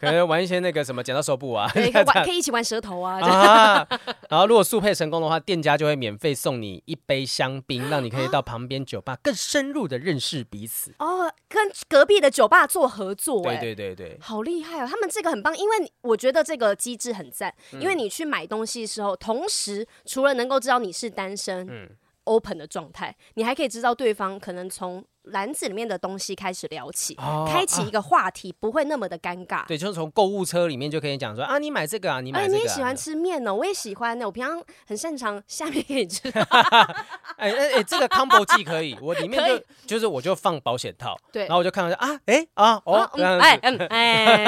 可能玩一些那个什么剪刀手布啊，对，可以玩可以一起玩舌头啊，这样 [LAUGHS] 啊，然后如果速配成功的话，店家就会免费送你一杯香槟，让你可以到旁边酒吧更深入的认识彼此。哦，跟隔壁的酒吧做合作、哎，对对对对，好厉害哦！他们这个很棒，因为你我觉得这个机制很赞，因为嗯你去买东西的时候，同时除了能够知道你是单身、open 嗯的状态，你还可以知道对方可能从篮子里面的东西开始聊起，哦开启一个话题，不会那么的尴尬。对，就是从购物车里面就可以讲说啊，你买这个啊，你哎，买这你个、啊。也喜欢 [LAUGHS] 吃面哦呢、我也喜欢呢、我平常很擅长下面给你 [LAUGHS] 吃。哎哎哎，这个 combo 技可以，我里面 [LAUGHS] 可就就是我就放保险套，对然后我就看到说啊，哎啊哦啊，这样嗯，子哎，嗯，[LAUGHS]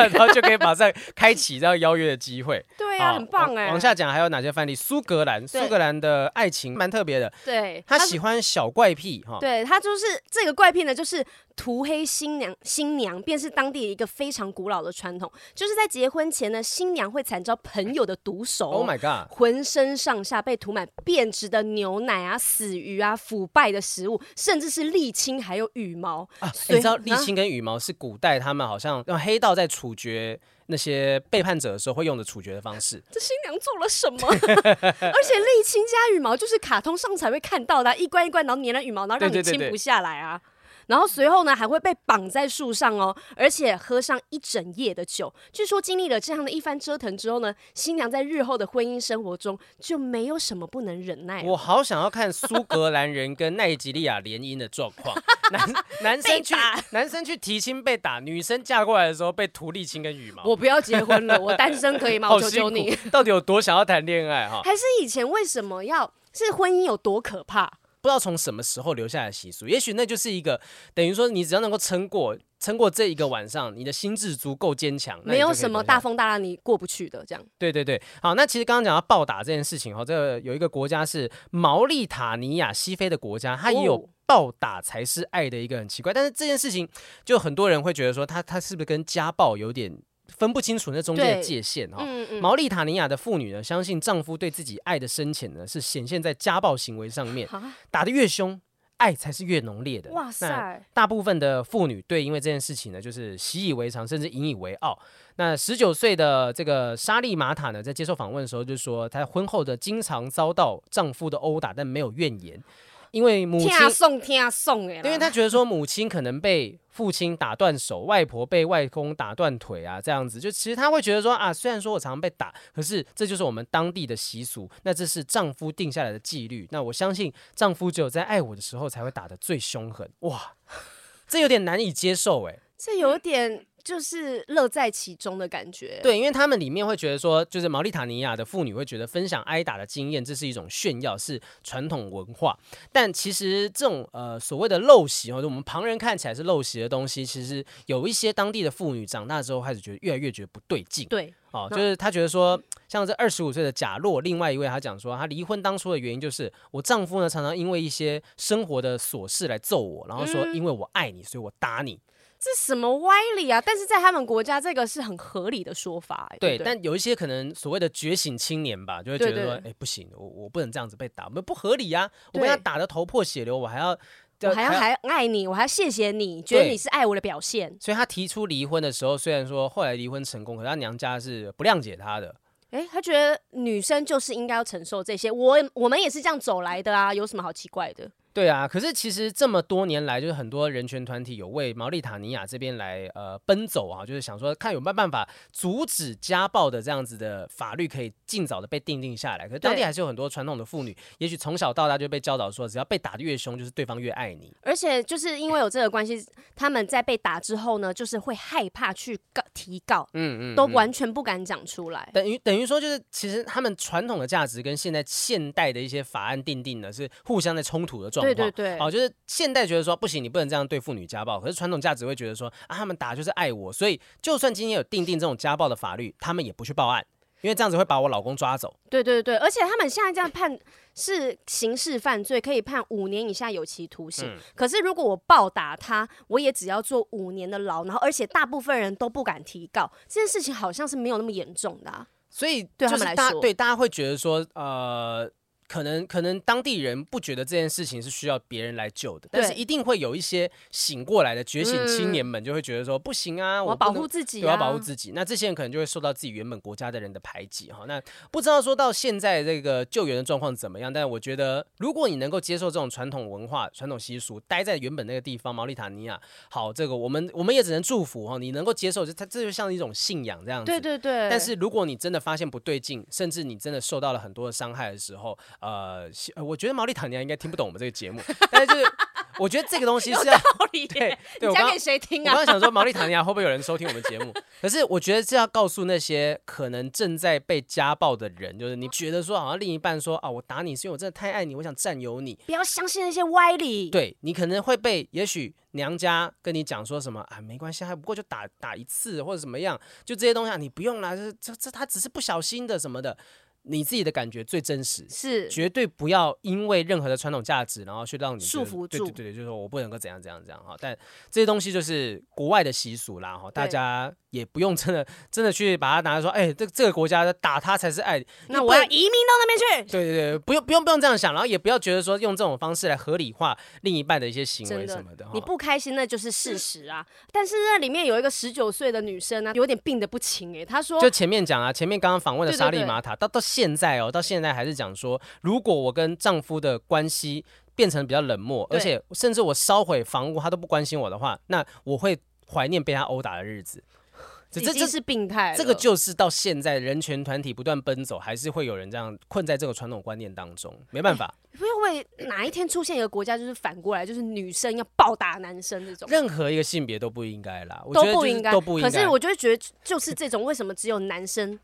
哎，然后就可以马上开启这样邀约的机会。 [LAUGHS] 哦对啊，好很棒往哎、往下讲还有哪些范例？苏格兰，对苏格兰的爱情蛮特别的，对，他喜欢小怪癖哈。对他就是这个怪癖呢，就是涂黑新娘，新娘便是当地一个非常古老的传统，就是在结婚前呢，新娘会惨遭朋友的毒手。 ，Oh my god，浑身上下被涂满变质的牛奶啊、死鱼啊、腐败的食物，甚至是沥青，还有羽毛。啊，所你以知道沥青跟羽毛是古代他们好像让黑道在处决那些背叛者的时候会用的处决的方式。这新娘做了什么？ [LAUGHS] 而且沥青加羽毛就是卡通上才会看到的啊、一关一关，然后粘了羽毛，然后让对你对对对亲不下来啊。然后随后呢，还会被绑在树上哦，而且喝上一整夜的酒。据说经历了这样的一番折腾之后呢，新娘在日后的婚姻生活中就没有什么不能忍耐了。我好想要看苏格兰人跟奈及利亚联姻的状 [LAUGHS] 况，男男生去被打男生去提亲被打，女生嫁过来的时候被涂沥青跟羽毛。我不要结婚 [LAUGHS] 了，我单身可以吗？好我求辛求苦你。， [LAUGHS] 哎到底有多想要谈恋爱哈？还是以前为什么要是婚姻有多可怕？不知道从什么时候留下来的习俗，也许那就是一个等于说你只要能够撑过撑过这一个晚上，你的心智足够坚强，那你没有就可以什么留下来大风大浪你过不去的，这样。对对对，好，那其实刚刚讲到暴打这件事情哦哈，这个有一个国家是毛利塔尼亚西非的国家，它也有哦暴打才是爱的一个很奇怪，但是这件事情就很多人会觉得说它，它是不是跟家暴有点分不清楚那中间的对界限哈。嗯嗯，毛利塔尼亚的妇女呢，相信丈夫对自己爱的深浅呢，是显现在家暴行为上面， [LAUGHS] 啊打得越凶，爱才是越浓烈的。哇！塞！大部分的妇女对因为这件事情呢，就是习以为常，甚至引以为傲。那十九岁的这个莎莉玛塔呢，在接受访问的时候就说，她婚后的经常遭到丈夫的殴打，但没有怨言，因为母亲听，啊送听啊送哎啦，因为她觉得说母亲可能被父亲打断手，外婆被外公打断腿啊，这样子，就其实她会觉得说啊，虽然说我常常被打，可是这就是我们当地的习俗，那这是丈夫定下来的纪律。那我相信丈夫只有在爱我的时候才会打得最凶狠，哇，这有点难以接受哎、这有点就是乐在其中的感觉。，对，因为他们里面会觉得说，就是毛利塔尼亚的妇女会觉得分享挨打的经验，这是一种炫耀，是传统文化。但其实这种呃所谓的陋习哦，就我们旁人看起来是陋习的东西，其实有一些当地的妇女长大之后开始觉得越来越觉得不对劲对，哦，那就是她觉得说，像这二十五岁的贾洛，另外一位她讲说，她离婚当初的原因就是我丈夫呢常常因为一些生活的琐事来揍我，然后说因为我爱你，所以我打你。这什么歪理啊？但是在他们国家，这个是很合理的说法、哎对，不但有一些可能所谓的觉醒青年吧，就会觉对得说，对哎，不行，我我不能这样子被打，我们不合理呀、我被对他打的头破血流，我还呃要，我还要还爱你，我还要谢谢你，觉得对你是爱我的表现。所以他提出离婚的时候，虽然说后来离婚成功，可是他娘家是不谅解他的。哎、他觉得女生就是应该要承受这些，我我们也是这样走来的啊，有什么好奇怪的？对啊，可是其实这么多年来，就是很多人权团体有为毛利塔尼亚这边来呃奔走啊，就是想说看有没有办法阻止家暴的这样子的法律可以尽早的被定定下来。可是当地对还是有很多传统的妇女，也许从小到大就被教导说，只要被打得越凶，就是对方越爱你。而且就是因为有这个关系，他们在被打之后呢，就是会害怕去告提告，嗯嗯，都嗯完全不敢讲出来。等于等于说，就是其实他们传统的价值跟现在现代的一些法案定定呢，是互相在冲突的状对况。对对，哦，就是现代觉得说不行，你不能这样对妇女家暴，可是传统价值会觉得说啊，他们打就是爱我，所以就算今天有定定这种家暴的法律，他们也不去报案，因为这样子会把我老公抓走。对对对，而且他们现在这样判是刑事犯罪，可以判五年以下有期徒刑。嗯可是如果我暴打他，我也只要坐五年的牢，然后而且大部分人都不敢提告，这件事情好像是没有那么严重的、啊。所以对就他们是来大说对大家会觉得说，呃，可能可能当地人不觉得这件事情是需要别人来救的，但是对一定会有一些醒过来的觉醒青嗯年们就会觉得说，不行啊，我我要不保能护自己、啊，对，要保护自己。那这些人可能就会受到自己原本国家的人的排挤哈。那不知道说到现在这个救援的状况怎么样，但我觉得如果你能够接受这种传统文化、传统习俗，待在原本那个地方，毛里塔尼亚，好，这个我们我们也只能祝福哈，你能够接受，这它这就像一种信仰这样子。对对对，但是如果你真的发现不对劲，甚至你真的受到了很多的伤害的时候，呃，希呃我觉得毛利塔尼亚应该听不懂我们这个节目，但是就是我觉得这个东西是要道理耶对对你我讲刚给谁听我啊？刚想说毛利塔尼亚会不会有人收听我们节目？可是我觉得是要告诉那些可能正在被家暴的人，就是你觉得说好像另一半说啊，我打你是因为我真的太爱你，我想占有你。不要相信那些歪理。对你可能会被，也许娘家跟你讲说什么啊，没关系，还不过就打打一次或者怎么样，就这些东西啊，你不用啦，这这这他只是不小心的什么的，你自己的感觉最真实。是绝对不要因为任何的传统价值，然后去让你束觉得缚对住对对对，就是说我不能够怎样怎样怎样哈。但这些东西就是国外的习俗啦哈，大对家也不用真的真的去把它拿来说，哎、这这个国家打他才是爱你。那你我不要能移民到那边去。对对对，不用不用不用这样想，然后也不要觉得说用这种方式来合理化另一半的一些行为真的什么的哈。你不开心那就是事实啊，但是那里面有一个十九岁的女生啊呢、有点病得不轻诶、她说就前面讲啊，前面刚刚访问的对对莎莉对玛塔，到到现在哦，到现在还是讲说，如果我跟丈夫的关系变成比较冷漠，而对且甚至我烧毁房屋，他都不关心我的话，那我会怀念被他殴打的日子。这已这经这是病态了，这个就是到现在人权团体不断奔走，还是会有人这样困在这个传统观念当中，没 [LAUGHS] 办法。会不会哪一天出现一个国家，就是反过来，就是女生要暴打男生这种？任何一个性别都不应该啦，我觉都得不就是应该，都不应该。可是我就会觉得，就是这种为什么只有男生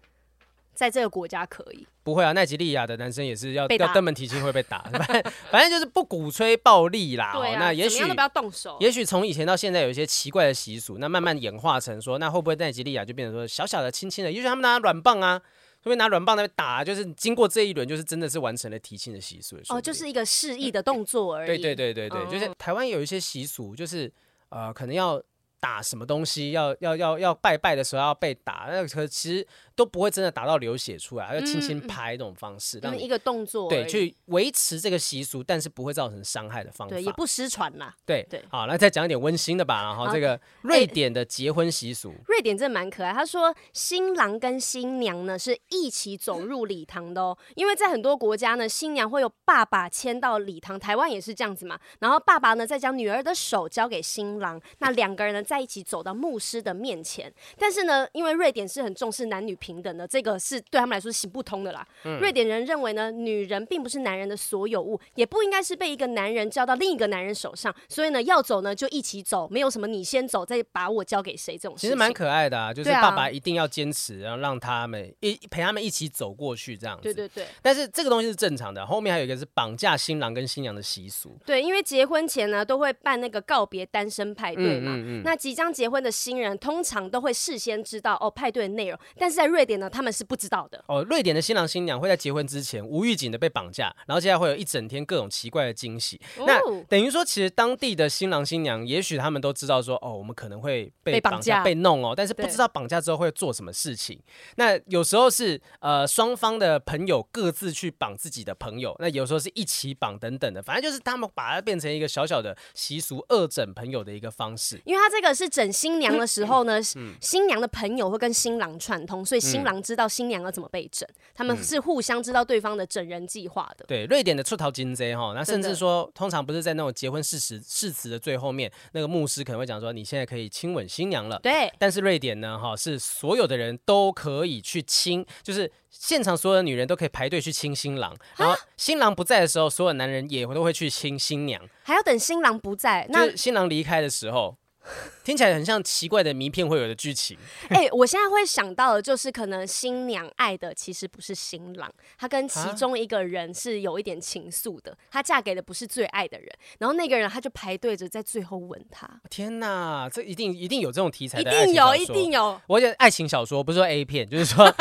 在这个国家可以？不会啊，奈及利亚的男生也是要被打要登门提亲会被打，反正反正就是不鼓吹暴力啦。对哦啊，那也怎许么样都不要动手。也许从以前到现在有一些奇怪的习俗，那慢慢演化成说，那会不会奈及利亚就变成说小小的、轻轻的？也许他们拿软棒啊，会不会拿软棒在那边打啊？就是经过这一轮，就是真的是完成了提亲的习俗。哦，说不定就是一个示意的动作而已。对对对对对，就是嗯台湾有一些习俗，就是呃，可能要打什么东西，要要要要拜拜的时候要被打，那可其实都不会真的打到流血出来，还要轻轻嗯嗯拍这种方式，那让么你一个动作而已，对，去维持这个习俗，但是不会造成伤害的方法。对，也不失传啦。对对好，那再讲一点温馨的吧。然后好哎这个瑞典的结婚习俗，瑞典真的蛮可爱。啊他说，新郎跟新娘呢是一起走入礼堂的哦，因为在很多国家呢，新娘会有爸爸牵到礼堂，台湾也是这样子嘛。然后爸爸呢再将女儿的手交给新郎，那两个人呢在一起走到牧师的面前。但是呢，因为瑞典是很重视男女平等的，这个是对他们来说是行不通的啦。嗯瑞典人认为呢，女人并不是男人的所有物，也不应该是被一个男人交到另一个男人手上，所以呢，要走呢就一起走，没有什么你先走再把我交给谁这种事其情。实蛮可爱的啊，就是对啊爸爸一定要坚持，然后让他们一陪他们一起走过去这样子。对对对但是这个东西是正常的，后面还有一个是绑架新郎跟新娘的习俗。对，因为结婚前呢都会办那个告别单身派对嘛。嗯嗯，那即将结婚的新人通常都会事先知道哦派对的内容，但是在瑞典呢，他们是不知道的。哦，瑞典的新郎新娘会在结婚之前无预警的被绑架，然后接下来会有一整天各种奇怪的惊喜。那哦等于说，其实当地的新郎新娘，也许他们都知道说，哦，我们可能会被被绑绑架、架被弄哦，但是不对知道绑架之后会做什么事情。那有时候是呃双方的朋友各自去绑自己的朋友，那有时候是一起绑等等的，反正就是他们把它变成一个小小的习俗恶整朋友的一个方式。因为他这个者是整新娘的时候呢，嗯新娘的朋友会跟新郎串通，所以新郎知道新娘要怎么被整，他嗯们是互相知道对方的整人计划的。对，瑞典的出逃金贼哈，那甚真至的说，通常不是在那种结婚誓词誓词的最后面，那个牧师可能会讲说，你现在可以亲吻新娘了。对，但是瑞典呢，哈，是所有的人都可以去亲，就是现场所有的女人都可以排队去亲新啊郎，然后新郎不在的时候，所有男人也都会去亲新娘。还要等新郎不在。就那是新郎离开的时候，听起来很像奇怪的迷片会有的剧情。 [LAUGHS] 哎、我现在会想到的就是，可能新娘爱的其实不是新郎，她跟啊其中一个人是有一点情愫的，她嫁给的不是最爱的人，然后那个人她就排队着在最后吻他，天哪，这一定一定有这种题材一的爱情定小有，说。一定有，我觉得爱情小说不是说 A 片， [LAUGHS] 就是说，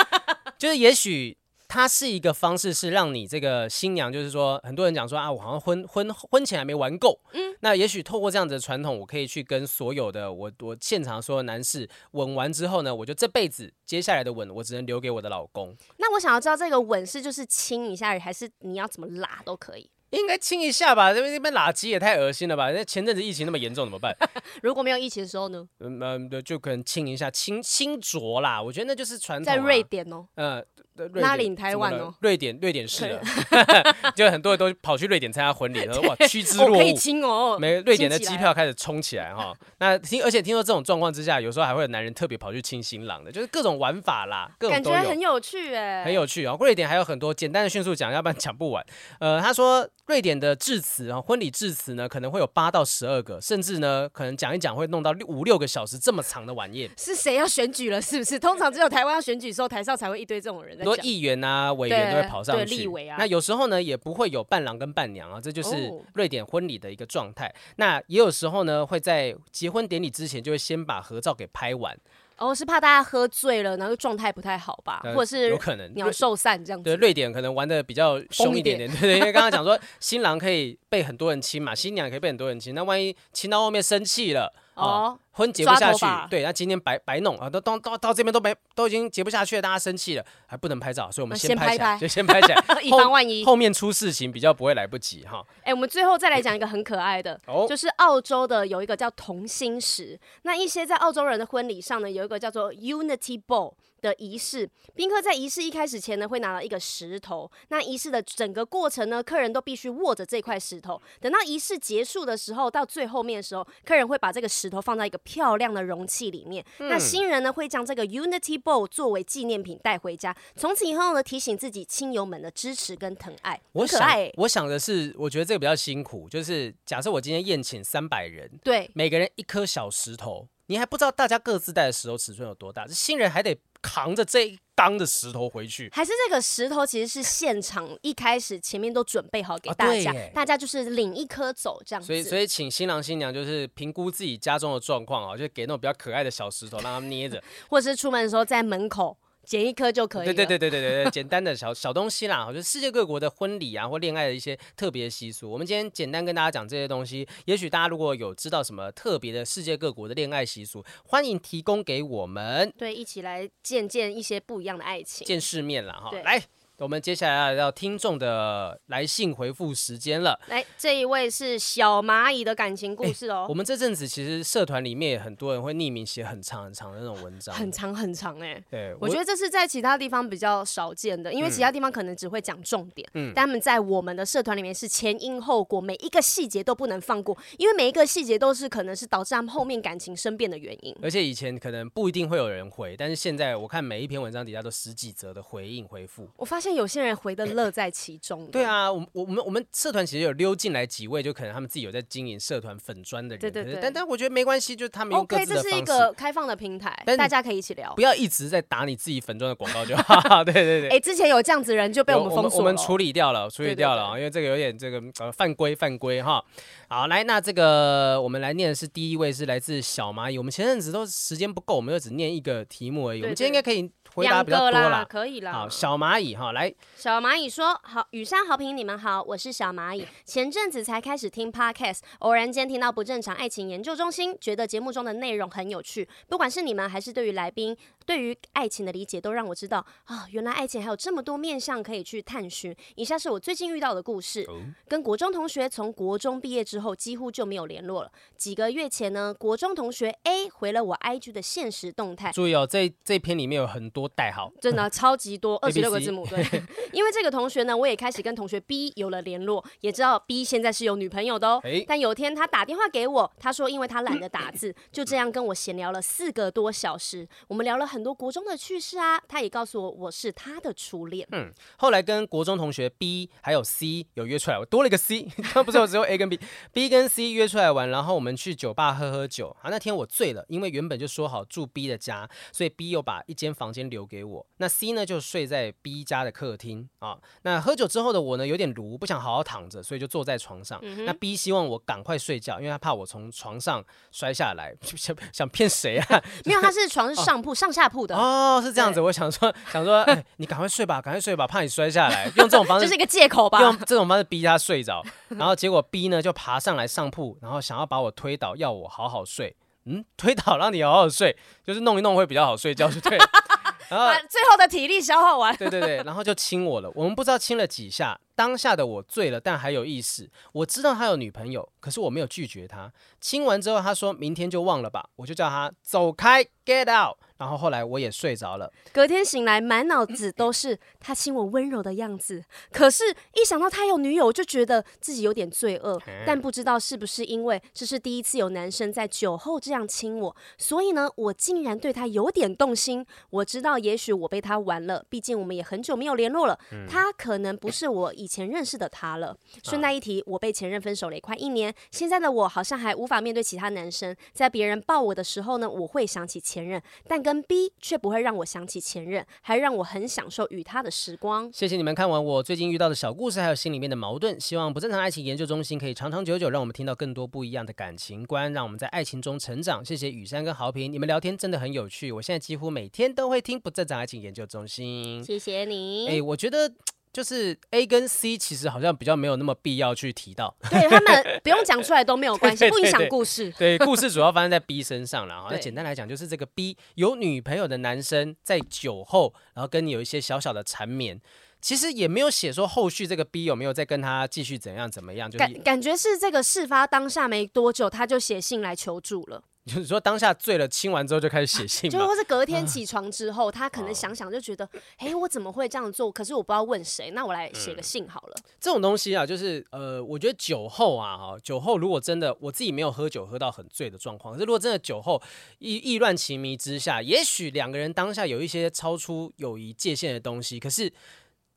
就是也许它是一个方式，是让你这个新娘，就是说，很多人讲说啊，我好像婚婚婚前还没玩够，嗯，那也许透过这样子的传统，我可以去跟所有的我我现场所有男士吻完之后呢，我就这辈子接下来的吻，我只能留给我的老公，那我想要知道这个吻是就是亲一下，还是你要怎么拉都可以？应该亲一下吧，这边那边垃圾也太恶心了吧？那前阵子疫情那么严重怎么办？如果没有疫情的时候呢？嗯嗯，对，就可能亲一下，亲亲浊啦，我觉得那就是传统、啊。在瑞典哦、呃，呃瑞那典领台怎么湾了哦瑞典瑞典是的， [LAUGHS] 就很多人都跑去瑞典参加婚礼， [LAUGHS] 然后哇，趋之我若可以鹜。亲哦、没，瑞典的亲起机来票开始冲起来哈。那听，而且听说这种状况之下，有时候还会有男人特别跑去亲新郎的，就是各种玩法啦，各种感都觉有。很有趣哎、很有趣啊、瑞典还有很多简单的迅速讲，要不然讲不完。呃，他说瑞典的致辞啊，婚礼致辞呢，可能会有八到十二个，甚至呢，可能讲一讲会弄到六五六个小时这么长的晚宴。是谁要选举了？是不是？通常只有台湾要选举的时候，台上才会一堆这种人在很多讲。议员啊、委员都会跑上对去，立委啊那有时候呢，也不会有伴郎跟伴娘啊，这就是哦瑞典婚礼的一个状态。那也有时候呢，会在结婚典礼之前就会先把合照给拍完，哦，是怕大家喝醉了，然后状态不太好吧，呃啊或者是有可能鸟兽散这样对子。瑞典可能玩的比较凶一点点，对对，因为刚刚讲说新郎可以被很多人亲嘛，新娘也可以被很多人亲，那万一亲到后面生气了哦。哦，婚结不抓下头去发，对，那今天白白弄啊，都到到到这边都没都已经结不下去了，大家生气了，还不能拍照，所以我们那嗯先先拍拍起来，拍，就先拍起来 [LAUGHS] 以后防万一。哦后面出事情比较不会来不及哈。哎、我们最后再来讲一个很可爱的，哦，就是澳洲的有一个叫同心石，那一些在澳洲人的婚礼上呢，有一个叫做 Unity Ball 的仪式。宾客在仪式一开始前呢，会拿到一个石头，那仪式的整个过程呢，客人都必须握着这块石头。等到仪式结束的时候，到最后面的时候，客人会把这个石头放在一个漂亮的容器里面。嗯那新人呢，会将这个 Unity Ball 作为纪念品带回家，从此以后呢，提醒自己亲友们的支持跟疼爱。我很可想爱欸、我想的是，我觉得这个比较辛苦，就是假设我今天宴请三百人，对，每个人一颗小石头，你还不知道大家各自带的石头尺寸有多大，这新人还得扛着这一缸的石头回去。还是这个石头其实是现场一开始前面都准备好给啊大对家，耶大家就是领一颗走这样子。所以，所以请新郎新娘就是评估自己家中的状况啊，就给那种比较可爱的小石头让他们捏着。或者是出门的时候在门口捡一颗就可以对了。对对对对对对，简单的小小东西啦，就是世界各国的婚礼啊或恋爱的一些特别习俗。我们今天简单跟大家讲这些东西，也许大家如果有知道什么特别的世界各国的恋爱习俗，欢迎提供给我们对，一起来见见一些不一样的爱情。见世面啦哈对。来，我们接下来要听众的来信回复时间了。来，这一位是小蚂蚁的感情故事哦哎我，们这阵子其实社团里面也很多人会匿名写很长很长的那种文章，很长很长哎、对，我觉得这是在其他地方比较少见的，嗯因为其他地方可能只会讲重点，但他们在我们的社团里面是前因后果，每一个细节都不能放过，因为每一个细节都是可能是导致他们后面感情生变的原因。而且以前可能不一定会有人回，但是现在我看每一篇文章底下都十几则的回应回复。我发现有些人回的乐在其中。对，啊，我们我我们我们社团其实有溜进来几位，就可能他们自己有在经营社团粉砖的人，对对可是对但但我觉得没关系，就是他们用各 OK，自的这是一方个式，开放的平台但，大家可以一起聊不。要一直在打你自己粉砖的广告就好。 [LAUGHS] 对对对。哎、之前有这样子人就被有我们封我锁们了哦。处理掉了，处理对对掉了啊，因为这个有点这个呃犯规犯规哈。好，来，那这个我们来念的是第一位是来自小蚂蚁，我们前阵子都时间不够，我们就只念一个题目而已，我们对今天应该可以回答两比较个多啦，啦。可以啦。好，小蚂蚁哈，来，小蚂蚁说：“好，雨山好评，你们好，我是小蚂蚁。前阵子才开始听 podcast，偶然间听到不正常爱情研究中心，觉得节目中的内容很有趣，不管是你们还是对于来宾对于爱情的理解，都让我知道啊，原来爱情还有这么多面向可以去探寻。以下是我最近遇到的故事。跟国中同学从国中毕业之后几乎就没有联络了。几个月前呢，国中同学 A 回了我 IG 的现实动态，注意哦，这这篇里面有很多代号，真的超级多，二 A 十 B C 六个字母。 [LAUGHS] 对，因为这个同学呢，我也开始跟同学 B 有了联络，也知道 B 现在是有女朋友的哦。哎但有天他打电话给我，他说因为他懒得打 [COUGHS] 字，就这样跟我闲聊了四个多小时。我们聊了很多国中的趣事啊，他也告诉我我是他的初恋。嗯后来跟国中同学 B 还有 C 有约出来，我多了一个 C，他 [LAUGHS] 不是我只有 A 跟 B，B 跟 C 约出来玩，然后我们去酒吧喝喝酒。啊，那天我醉了，因为原本就说好住 B 的家，所以 B 又把一间房间留给我。那 C 呢就睡在 B 家的客厅啊。那喝酒之后的我呢有点炉，不想好好躺着，所以就坐在床上。那 B 希望我赶快睡觉，因为他怕我从床上摔下来， [LAUGHS] 想想骗谁啊？没有，他是 [LAUGHS] 床是上铺、上下铺的，哦，是这样子，我想说想说， [LAUGHS] 哎、你赶快睡吧，赶快睡吧，怕你摔下来，用这种方这式是一个借口吧？用这种方式逼他睡着，然后结果 B 呢就爬上来上铺，然后想要把我推倒，要我好好睡。嗯，推倒让你好好睡，就是弄一弄会比较好睡觉，就对了。 [LAUGHS] 然后把啊最后的体力消耗完。对对对，然后就亲我了。我们不知道亲了几下，当下的我醉了，但还有意识。我知道他有女朋友，可是我没有拒绝他。亲完之后，他说明天就忘了吧，我就叫他走开，get out。然后后来我也睡着了。隔天醒来，满脑子都是他亲我温柔的样子。可是，一想到他有女友，就觉得自己有点罪恶。但不知道是不是因为这是第一次有男生在酒后这样亲我，所以呢，我竟然对他有点动心。我知道，也许我被他玩了，毕竟我们也很久没有联络了。他可能不是我以前认识的他了。顺带一提，我被前任分手了也快一年，现在的我好像还无法面对其他男生。在别人抱我的时候呢，我会想起前任，但跟 B 却不会让我想起前任，还让我很享受与他的时光。谢谢你们看完我最近遇到的小故事，还有心里面的矛盾。希望不正常爱情研究中心可以长长久久，让我们听到更多不一样的感情观，让我们在爱情中成长。谢谢雨山跟豪平，你们聊天真的很有趣。我现在几乎每天都会听不正常爱情研究中心。谢谢你。嗯哎，我觉得就是 A 跟 C 其实好像比较没有那么必要去提到。 [LAUGHS] 对他们不用讲出来都没有关系， [LAUGHS] 对对不影响对故事。对，故事主要发生在 B 身上啦。哈那对简单来讲，就是这个 B 有女朋友的男生在酒后，然后跟你有一些小小的缠绵。其实也没有写说后续这个 B 有没有再跟他继续怎样怎么样，就是感感觉是这个事发当下没多久，他就写信来求助了，就是说当下醉了，亲完之后就开始写信就嘛。啊或是隔天起床之后，他可能想想就觉得，哎、我怎么会这样做？可是我不知道问谁，那我来写个嗯信好了。这种东西啊，就是呃，我觉得酒后啊，哈，酒后如果真的我自己没有喝酒喝到很醉的状况，可是如果真的酒后意意乱情迷之下，也许两个人当下有一些超出友谊界限的东西，可是。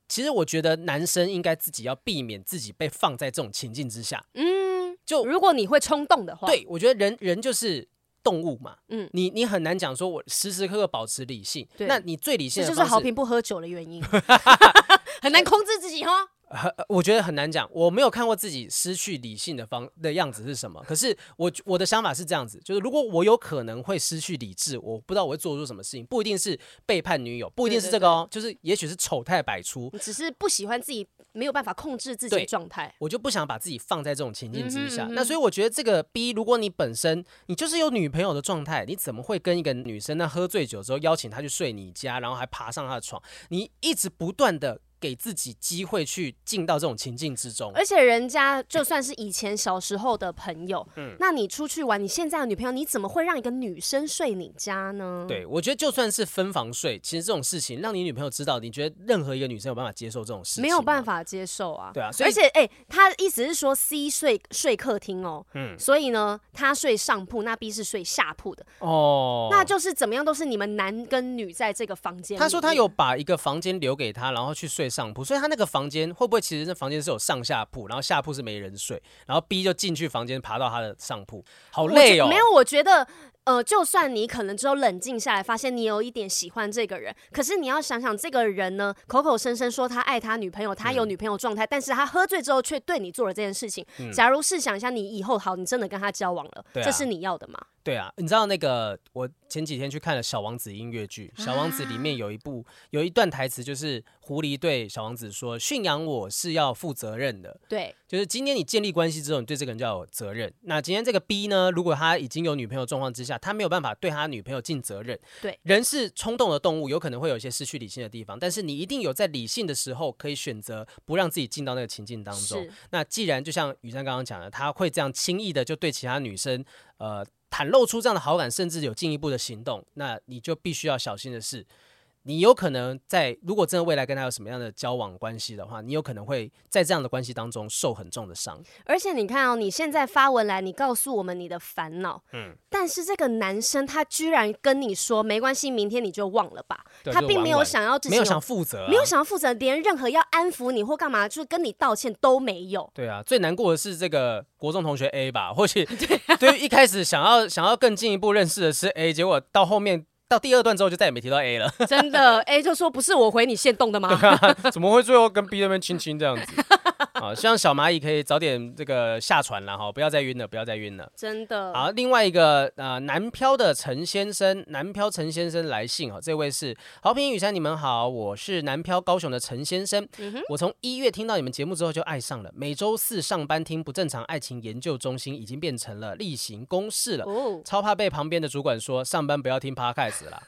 其实我觉得男生应该自己要避免自己被放在这种情境之下。嗯，就如果你会冲动的话，对，我觉得人人就是动物嘛，嗯嗯，你你很难讲说我时时刻刻保持理性。对那你最理性这的就是方式好评不喝酒的原 [LAUGHS] 因，很难控制自己哈。很，呃我觉得很难讲。我没有看过自己失去理性的方的样子是什么。可是我我的想法是这样子，就是如果我有可能会失去理智，我不知道我会做出什么事情，不一定是背叛女友，不一定是这个哦，就是也许是丑态百出。你只是不喜欢自己没有办法控制自己的对状态。我就不想把自己放在这种情境之下，嗯哼嗯哼那所以我觉得这个 B，如果你本身你就是有女朋友的状态，你怎么会跟一个女生那喝醉酒之后邀请她去睡你家，然后还爬上她的床？你一直不断的给自己机会去进到这种情境之中，而且人家就算是以前小时候的朋友，嗯那你出去玩，你现在的女朋友，你怎么会让一个女生睡你家呢？，对，我觉得就算是分房睡，其实这种事情让你女朋友知道，你觉得任何一个女生有办法接受这种事情？没有办法。法接受啊。啊对啊所以而且哎、他意思是说 C 睡睡客厅哦，嗯所以呢，他睡上铺，那 B 是睡下铺的，哦，那就是怎么样都是你们男跟女在这个房间里面。他说他有把一个房间留给他，然后去睡上铺，所以他那个房间会不会其实那房间是有上下铺，然后下铺是没人睡，然后 B 就进去房间爬到他的上铺，好我累觉哦。没有，我觉得。呃，就算你可能之后冷静下来，发现你有一点喜欢这个人，可是你要想想，这个人呢，口口声声说他爱他女朋友，他有嗯女朋友状态，但是他喝醉之后却对你做了这件事情。假如试想一下，你以后好，你真的跟他交往了，嗯对啊这是你要的吗？对啊，你知道那个我前几天去看了《小王子》音乐剧，《小王子》里啊面有一部有一段台词就是狐狸对小王子说：“驯养我是要负责任的。”对，就是今天你建立关系之后，你对这个人就要有责任。那今天这个 B 呢，如果他已经有女朋友状况之下，下，他没有办法对他女朋友尽责任。对，人是冲动的动物，有可能会有一些失去理性的地方，但是你一定有在理性的时候可以选择不让自己进到那个情境当中是。那既然就像雨珊刚刚讲的，他会这样轻易的就对其他女生，呃，袒露出这样的好感，甚至有进一步的行动，那你就必须要小心的是，你有可能在如果真的未来跟他有什么样的交往关系的话，你有可能会在这样的关系当中受很重的伤。而且你看哦，你现在发文来，你告诉我们你的烦恼，嗯，但是这个男生他居然跟你说没关系，明天你就忘了吧，对他就并玩没有玩想要自己没有想负责啊、没有想要负责，连任何要安抚你或干嘛，就是跟你道歉都没有。对啊，最难过的是这个国中同学 A 吧，[LAUGHS] 或许啊对于一开始想要想要更进一步认识的是 A，结果到后面到第二段之后就再也没提到 A 了，真 [LAUGHS] 的，A 就说不是我回你现动的吗？怎么会最后跟 B 那边亲亲这样子？啊，希望小蚂蚁可以早点这个下船了哈，不要再晕了，不要再晕了。真的，好，另外一个呃，南漂的陈先生，南漂陈先生来信哦，这位是好评雨山，你们好，我是南漂高雄的陈先生，我从一月听到你们节目之后就爱上了，每周四上班听不正常爱情研究中心已经变成了例行公事了。哦，超怕被旁边的主管说上班不要听 podcast 啦。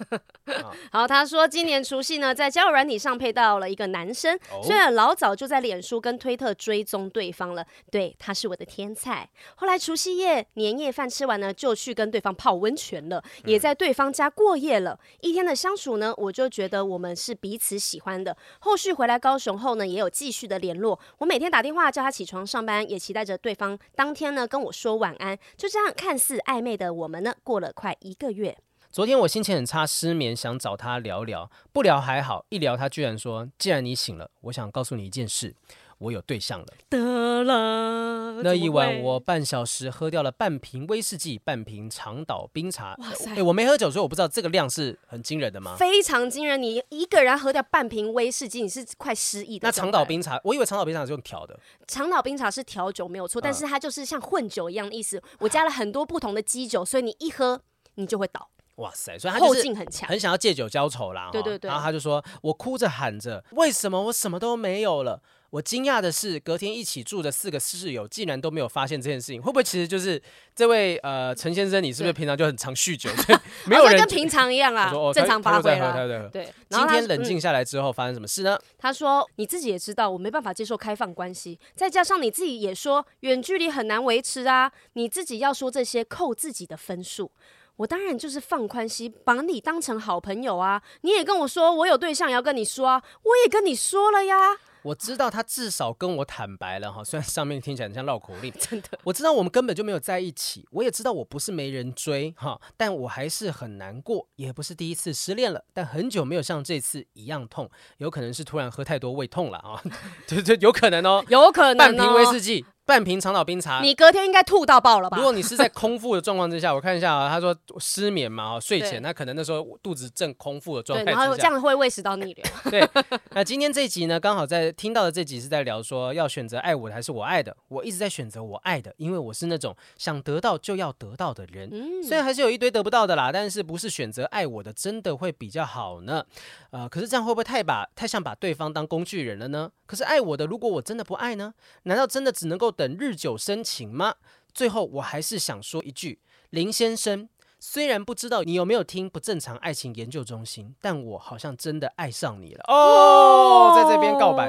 好，他说今年除夕呢，在交友软体上配到了一个男生，哦虽然老早就在脸书跟推特追踪对方了，对，他是我的天菜。后来除夕夜年夜饭吃完呢，就去跟对方泡温泉了，也在对方家过夜了。一天的相处呢，我就觉得我们是彼此喜欢的。后续回来高雄后呢，也有继续的联络。我每天打电话叫他起床上班，也期待着对方当天呢跟我说晚安。就这样，看似暧昧的我们呢，过了快一个月。昨天我心情很差，失眠，想找他聊聊，不聊还好，一聊他居然说，既然你醒了，我想告诉你一件事，我有对象了。得了，怎那么一晚会我半小时喝掉了半瓶威士忌，半瓶长岛冰茶。哇塞哎、我没喝酒，所以我不知道这个量是很惊人的吗？非常惊人，你一个人喝掉半瓶威士忌，你是快失忆的。那长岛，冰茶，我以为长岛冰茶嗯是用调的，长岛冰茶是调酒没有错，但是它就是像混酒一样的意思。我加了很多不同的基酒，所以你一喝你就会倒，哇塞！所以他啊就后是劲很强。很想要借酒浇愁啦。对哈对对然后他就说：“我哭着喊着，为什么我什么都没有了？”我惊讶的是，隔天一起住的四个室友竟然都没有发现这件事情，会不会其实就是这位呃陈先生，你是不是平常就很常酗酒， [LAUGHS] 所以没有哦这人跟平常一样他啦说哦，正他常他发又在挥喝他啦。又在喝对，然今后他嗯天冷静下来之后发生什么事呢？他说：“你自己也知道，我没办法接受开放关系，再加上你自己也说远距离很难维持啊，你自己要说这些扣自己的分数。我当然就是放宽心，把你当成好朋友啊。你也跟我说我有对象，也要跟你说啊，我也跟你说了呀。 [LAUGHS] 我知道他至少跟我坦白了哈，虽然上面听起来很像绕口令，真的，我知道我们根本就没有在一起，我也知道我不是没人追哈，但我还是很难过，也不是第一次失恋了，但很久没有像这次一样痛，有可能是突然喝太多胃痛了啊， [LAUGHS] 对对，有可能哦，有可能、半哦、瓶威士忌，半瓶长岛冰茶。你隔天应该吐到爆了吧如？果你是在空腹的状况之下，我看一下啊，他说失眠嘛，哦睡对前，那可能那时候肚子正空腹的状对，态之然下，后这样会胃食道逆流。 [LAUGHS] 对，那今天这集呢，刚好在听到的这集是在聊说要选择爱我的还是我爱的。我一直在选择我爱的，因为我是那种想得到就要得到的人。嗯虽然还是有一堆得不到的啦，但是不是选择爱我的真的会比较好呢？呃，可是这样会不会太把太像把对方当工具人了呢？可是爱我的，如果我真的不爱呢？难道真的只能够等日久生情吗？最后，我还是想说一句，林先生。虽然不知道你有没有听不正常爱情研究中心，但我好像真的爱上你了 [LAUGHS] 哦，在这边告白，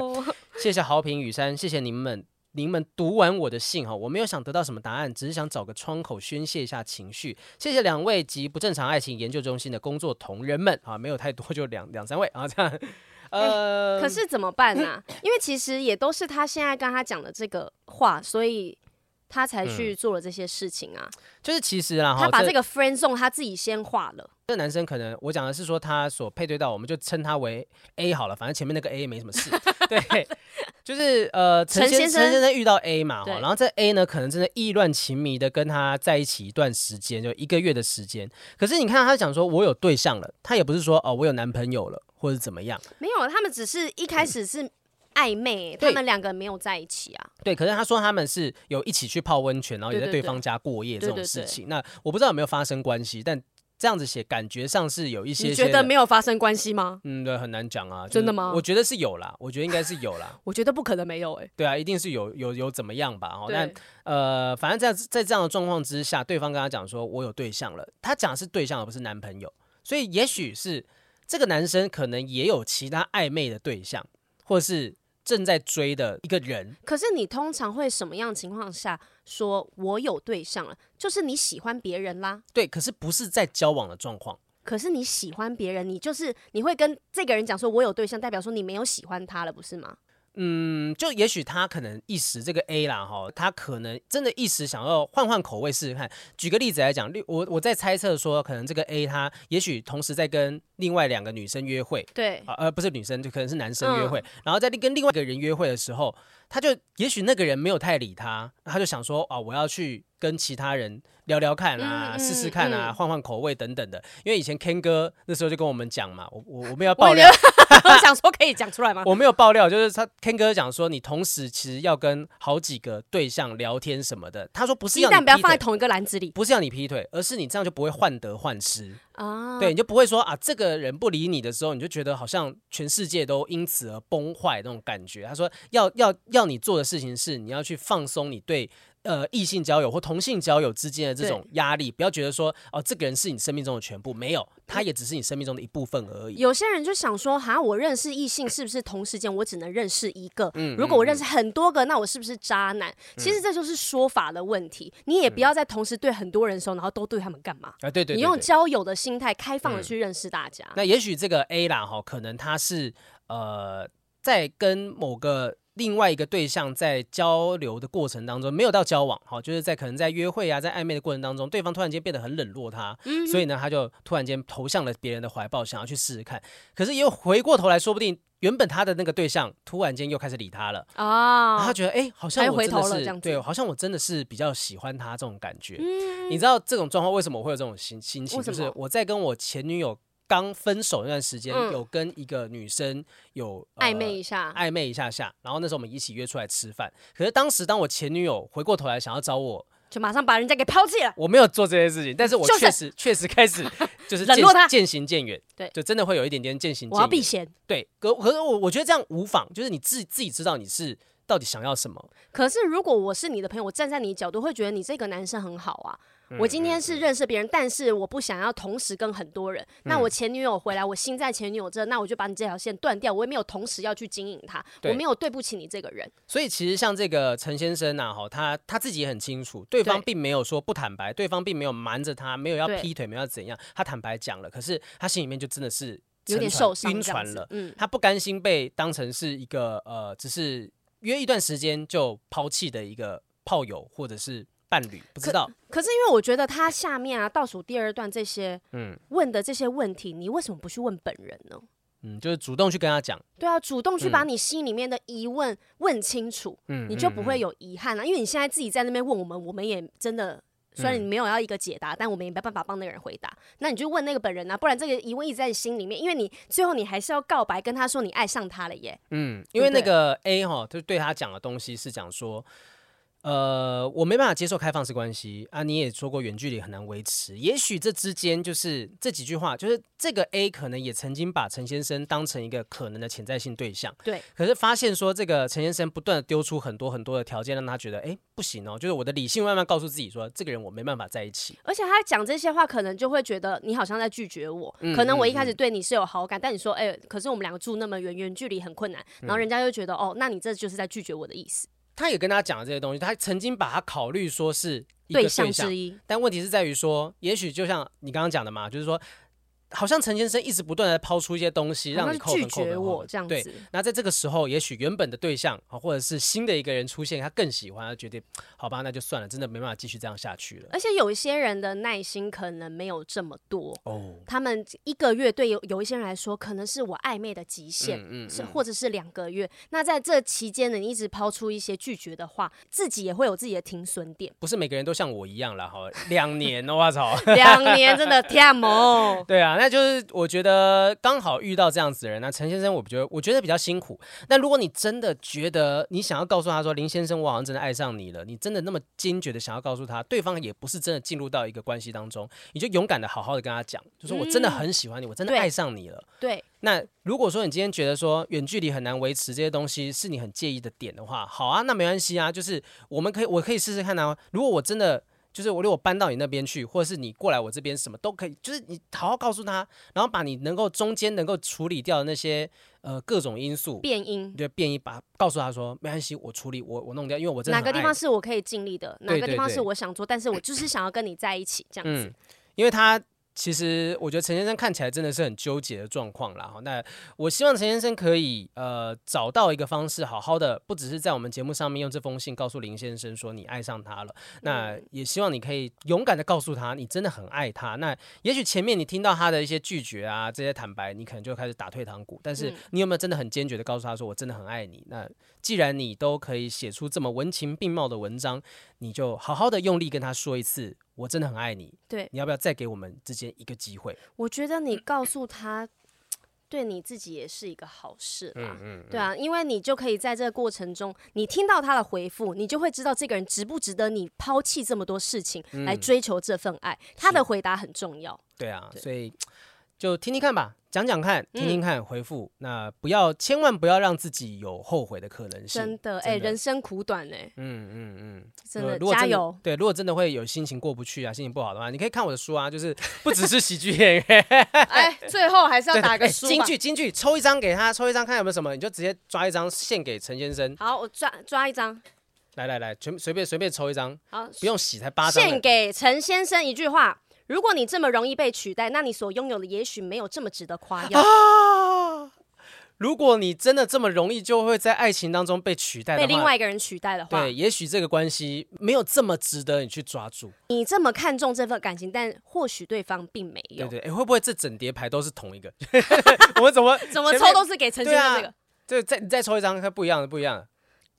谢谢好评雨山，谢谢你们。你们读完我的信哈，我没有想得到什么答案，只是想找个窗口宣泄一下情绪。谢谢两位及不正常爱情研究中心的工作同仁们啊，没有太多，就两两三位啊，这样。呃，可是怎么办啊？因为其实也都是他现在跟他讲的这个话，所以他才去做了这些事情啊。就是其实啦哈，他把这这个 friend zone 他自己先画了，这男生可能我讲的是说他所配对到，我们就称他为 A 好了，反正前面那个 A 没什么事。对，就是呃，陈陈先先生陈先生遇到 A 嘛，对哈然后这 A 呢，可能真的意乱情迷的跟他在一起一段时间，就一个月的时间。可是你看他讲说我有对象了，他也不是说哦我有男朋友了或者怎么样，没有，啊他们只是一开始是暧昧，对他们两个没有在一起啊。对。可是他说他们是有一起去泡温泉，然后也对在对对对方家过夜这对种对事对情。那我不知道有没有发生关系，但。这样子写，感觉上是有一些你些觉得的没有发生关系吗？嗯，对，很难讲啊。就是真的吗。我觉得是有啦，我觉得应该是有啦 [LAUGHS] 我觉得不可能没有哎、对啊，一定是有有有怎么样吧？哦，对但呃，反正在在这样的状况之下，对方跟他讲说我有对象了，他讲的是对象而不是男朋友，所以也许是这个男生可能也有其他暧昧的对象，或是正在追的一个人。可是你通常会什么样的情况下说我有对象了？就是你喜欢别人啦。对，可是不是在交往的状况。可是你喜欢别人，你就是你会跟这个人讲说，我有对象，代表说你没有喜欢他了，不是吗？嗯，就也许他可能一时这个 A 啦哈，他可能真的一时想要换换口味试试看。举个例子来讲，例我我在猜测说，可能这个 A 他也许同时在跟另外两个女生约会，对，啊，呃，不是女生，就可能是男生约嗯会，然后在跟另外一个人约会的时候，他就也许那个人没有太理他，他就想说啊，我要去跟其他人聊聊看啊，嗯试试看啊，嗯换换口味等等的。因为以前 Ken 哥那时候就跟我们讲嘛，我我我们要我爆以料为， [LAUGHS] 我想说可以讲出来吗？我没有爆料，就是他 Ken 哥讲说，你同时其实要跟好几个对象聊天什么的。他说不是鸡要蛋你不要劈放在腿，同一个篮子里不是要你劈腿，而是你这样就不会患得患失。啊。对，你就不会说啊，这个人不理你的时候，你就觉得好像全世界都因此而崩坏那种感觉。他说要要要你做的事情是，你要去放松你对呃异性交友或同性交友之间的这种压力，不要觉得说哦，这个人是你生命中的全部，没有，他也只是你生命中的一部分而已。有些人就想说，哈，我认识异性是不是同时间我只能认识一个？嗯如果我认识很多个，那我是不是渣男？其实这就是说法的问题。你也不要再同时对很多人熟，然后都对他们干嘛？啊，对对对嗯你用对交友的心态，开放的去认识大家。那也许这个 A 啦哈，可能他是呃在跟某个另外一个对象在交流的过程当中，没有到交往哈，就是在可能在约会啊，在暧昧的过程当中，对方突然间变得很冷落他，所以呢，他就突然间投向了别人的怀抱，想要去试试看。可是又回过头来，说不定原本他的那个对象突然间又开始理他了。然后啊他，觉得哎、诶好像他又我回真的头了是这样子嗯对，好像我真的是比较喜欢他这种感觉。你知道这种状况为什么我会有这种心心情？为什就么是我在跟我前女友刚分手那段时间，嗯有跟一个女生有、呃暧昧一下，暧昧一下下，然后那时候我们一起约出来吃饭。可是当时当我前女友回过头来想要找我，就马上把人家给抛弃了。我没有做这些事情，但是我就是确实确实 [LAUGHS] 开始就是冷渐落他渐行渐远，对就真的会有一点点渐行渐我要避远。嫌。对，可可是我我觉得这样无妨，就是你自自己知道你是到底想要什么。可是如果我是你的朋友，我站在你角度，会觉得你这个男生很好啊。嗯我今天是认识别人，但是我不想要同时跟很多人。那嗯我前女友回来，我心在前女友这，那我就把你这条线断掉。我也没有同时要去经营她，对我没有对不起你这个人。所以其实像这个陈先生呐，哈，他他自己也很清楚，对方对并没有说不坦白，对方并没有瞒着他，没有要对劈腿，没有要怎样，他坦白讲了，可是他心里面就真的是有点沉受船伤，晕这样船子了，嗯，他不甘心被当成是一个呃，只是约一段时间就抛弃的一个炮友或者是伴侣，不知道，可是因为我觉得他下面啊倒数第二段这些嗯问的这些问题，你为什么不去问本人呢？嗯，就是主动去跟他讲，对啊，主动去把你心里面的疑问问清楚，嗯，你就嗯不会嗯有遗憾了、啊因为你现在自己在那边问我们，我们也真的。虽然你没有要一个解答，但我们也没办法帮那个人回答。那你就问那个本人啊，不然这个疑问一直在你心里面，因为你最后你还是要告白，跟他说你爱上他了耶。嗯，因为对那不对个 A 哈，就对他讲的东西是讲说，呃，我没办法接受开放式关系啊，你也说过远距离很难维持，也许这之间就是这几句话，就是这个 A 可能也曾经把陈先生当成一个可能的潜在性对象，对，可是发现说这个陈先生不断的丢出很多很多的条件，让他觉得哎不行哦，就是我的理性慢慢告诉自己说，这个人我没办法在一起，而且他讲这些话，可能就会觉得你好像在拒绝我。嗯可能我一嗯开始对你是有好感，但你说，哎、可是我们两个住那么远，远距离很困难，嗯然后人家就觉得，哦，那你这就是在拒绝我的意思，他也跟他讲了这些东西，他曾经把他考虑说是一个对对象象之一。但问题是在于说，也许就像你刚刚讲的嘛，就是说，好像陈先生一直不断的抛出一些东西，好让像是你扣拒分扣绝分我扣这样分。子对，，那在这个时候，也许原本的对象啊，或者是新的一个人出现，他更喜欢，他决定好吧，那就算了，真的没办法继续这样下去了。而且有一些人的耐心可能没有这么多，哦，他们一个月对有有一些人来说，可能是我暧昧的极限。嗯。是，或者是两个月。那在这期间呢，你一直抛出一些拒绝的话，自己也会有自己的停损点 [LAUGHS] 不是每个人都像我一样啦，哈，两年哦，我操。两年真的天某， [LAUGHS] 对啊，那就是我觉得刚好遇到这样子的人，那陈先生，我觉得我觉得比较辛苦。那如果你真的觉得你想要告诉他说，林先生，我好像真的爱上你了，你真的那么坚决的想要告诉他，对方也不是真的进入到一个关系当中，你就勇敢的好好的跟他讲，就说我真的很喜欢你，我真的对爱上你了。对，那如果说你今天觉得说远距离很难维持这些东西是你很介意的点的话，好啊，那没关系啊，就是我们可以我可以试试看啊。如果我真的就是我如果搬到你那边去，或者是你过来我这边，什么都可以，就是你好好告诉他，然后把你能够中间能够处理掉的那些呃各种因素，变音。对，变一把告诉他说没关系，我处理我我弄掉，因为我真的哪很个地爱方你是我可以尽力的？哪对个对地方对是我想做，但是我就是想要跟你在一起这样子嗯。，因为他其实我觉得陈先生看起来真的是很纠结的状况啦。哈那我希望陈先生可以呃找到一个方式，好好的，不只是在我们节目上面用这封信告诉林先生说你爱上他了，那嗯也希望你可以勇敢的告诉他你真的很爱他。那也许前面你听到他的一些拒绝啊，这些坦白，你可能就开始打退堂鼓。但是嗯你有没有真的很坚决的告诉他说我真的很爱你？那既然你都可以写出这么文情并茂的文章，你就好好的用力跟他说一次，我真的很爱你。对你要不要再给我们之间一个机会？我觉得嗯你告诉他，对你自己也是一个好事啦。嗯对啊，因为你就可以在这个过程中，你听到他的回复，你就会知道这个人值不值得你抛弃这么多事情嗯来追求这份爱。他的回答很重要。对啊，对所以就听听看吧，讲讲看，嗯听听看回复。那不要，千万不要让自己有后悔的可能性。真的，哎、真的人生苦短哎、嗯嗯嗯，真呃的如果加真的 [LAUGHS] 油！对，如果真的会有心情过不去啊，心情不好的话，你可以看我的书啊， [LAUGHS] 就是不只是喜剧演员，哎，最后还是要对打个哎书金吧。句金句，抽一张给他，抽一张看有没有什么，你就直接抓一张献给陈先生。好，我抓抓一张，来来来，全随便随便抽一张，好，不用洗，才八张呢。献给陈先生一句话：如果你这么容易被取代，那你所拥有的也许没有这么值得夸啊耀。如果你真的这么容易就会在爱情当中被取代的被话，另外一个人取代的话对，，也许这个关系没有这么值得你去抓住，你这么看重这份感情，但或许对方并没对有。不对？哎，会不会这整叠牌都是同一个？ [LAUGHS] 我们怎么怎么前抽面都是给陈先对生啊这个。对，再你再抽一张，看不一样的，不一样的。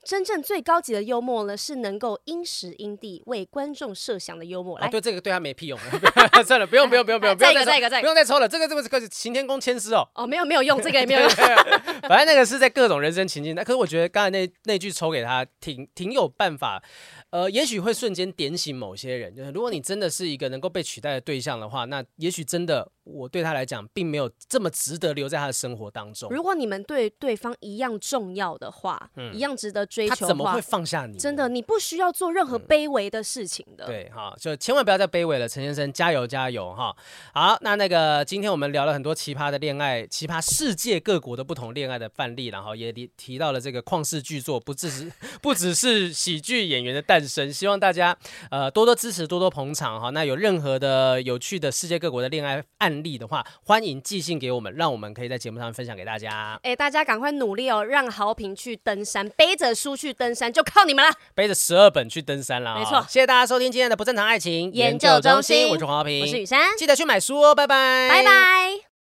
真正最高级的幽默呢，是能够因时因地为观众设想的幽默。啊，来，对，这个对他没屁用。 [LAUGHS] 算了，不用不用不用不用，不 [LAUGHS] 再用一个，抽再一个，再一不个。用再抽了。这个这个这个行天宫签诗哦，哦，没有没有用，这个也没 [LAUGHS] 有用。反正那个是在各种人生情境。那可是我觉得刚才那那句抽给他，挺挺有办法，呃，也许会瞬间点醒某些人。就是如果你真的是一个能够被取代的对象的话，那也许真的我对他来讲，并没有这么值得留在他的生活当中。如果你们对对方一样重要的话，一样值得追嗯他求怎的么话会，放下你呢？真的你不需要做任何卑微的事情的。对，哈，就千万不要再卑微了，陈先生，加油加油哈！好，那那个今天我们聊了很多奇葩的恋爱，奇葩世界各国的不同恋爱的范例，然后也提提到了这个旷世巨作，不只是 [LAUGHS] 不只是喜剧演员的诞生，希望大家呃多多支持，多多捧场哈。那有任何的有趣的世界各国的恋爱案例的话，欢迎寄信给我们，让我们可以在节目上分享给大家。哎、大家赶快努力哦，让豪平去登山，背着书去登山，就靠你们了。背着十二本去登山了，没哈错谢谢大家收听今天的不正常爱情研究中心我是黄浩平，我是雨珊，记得去买书哦，拜拜，拜。拜。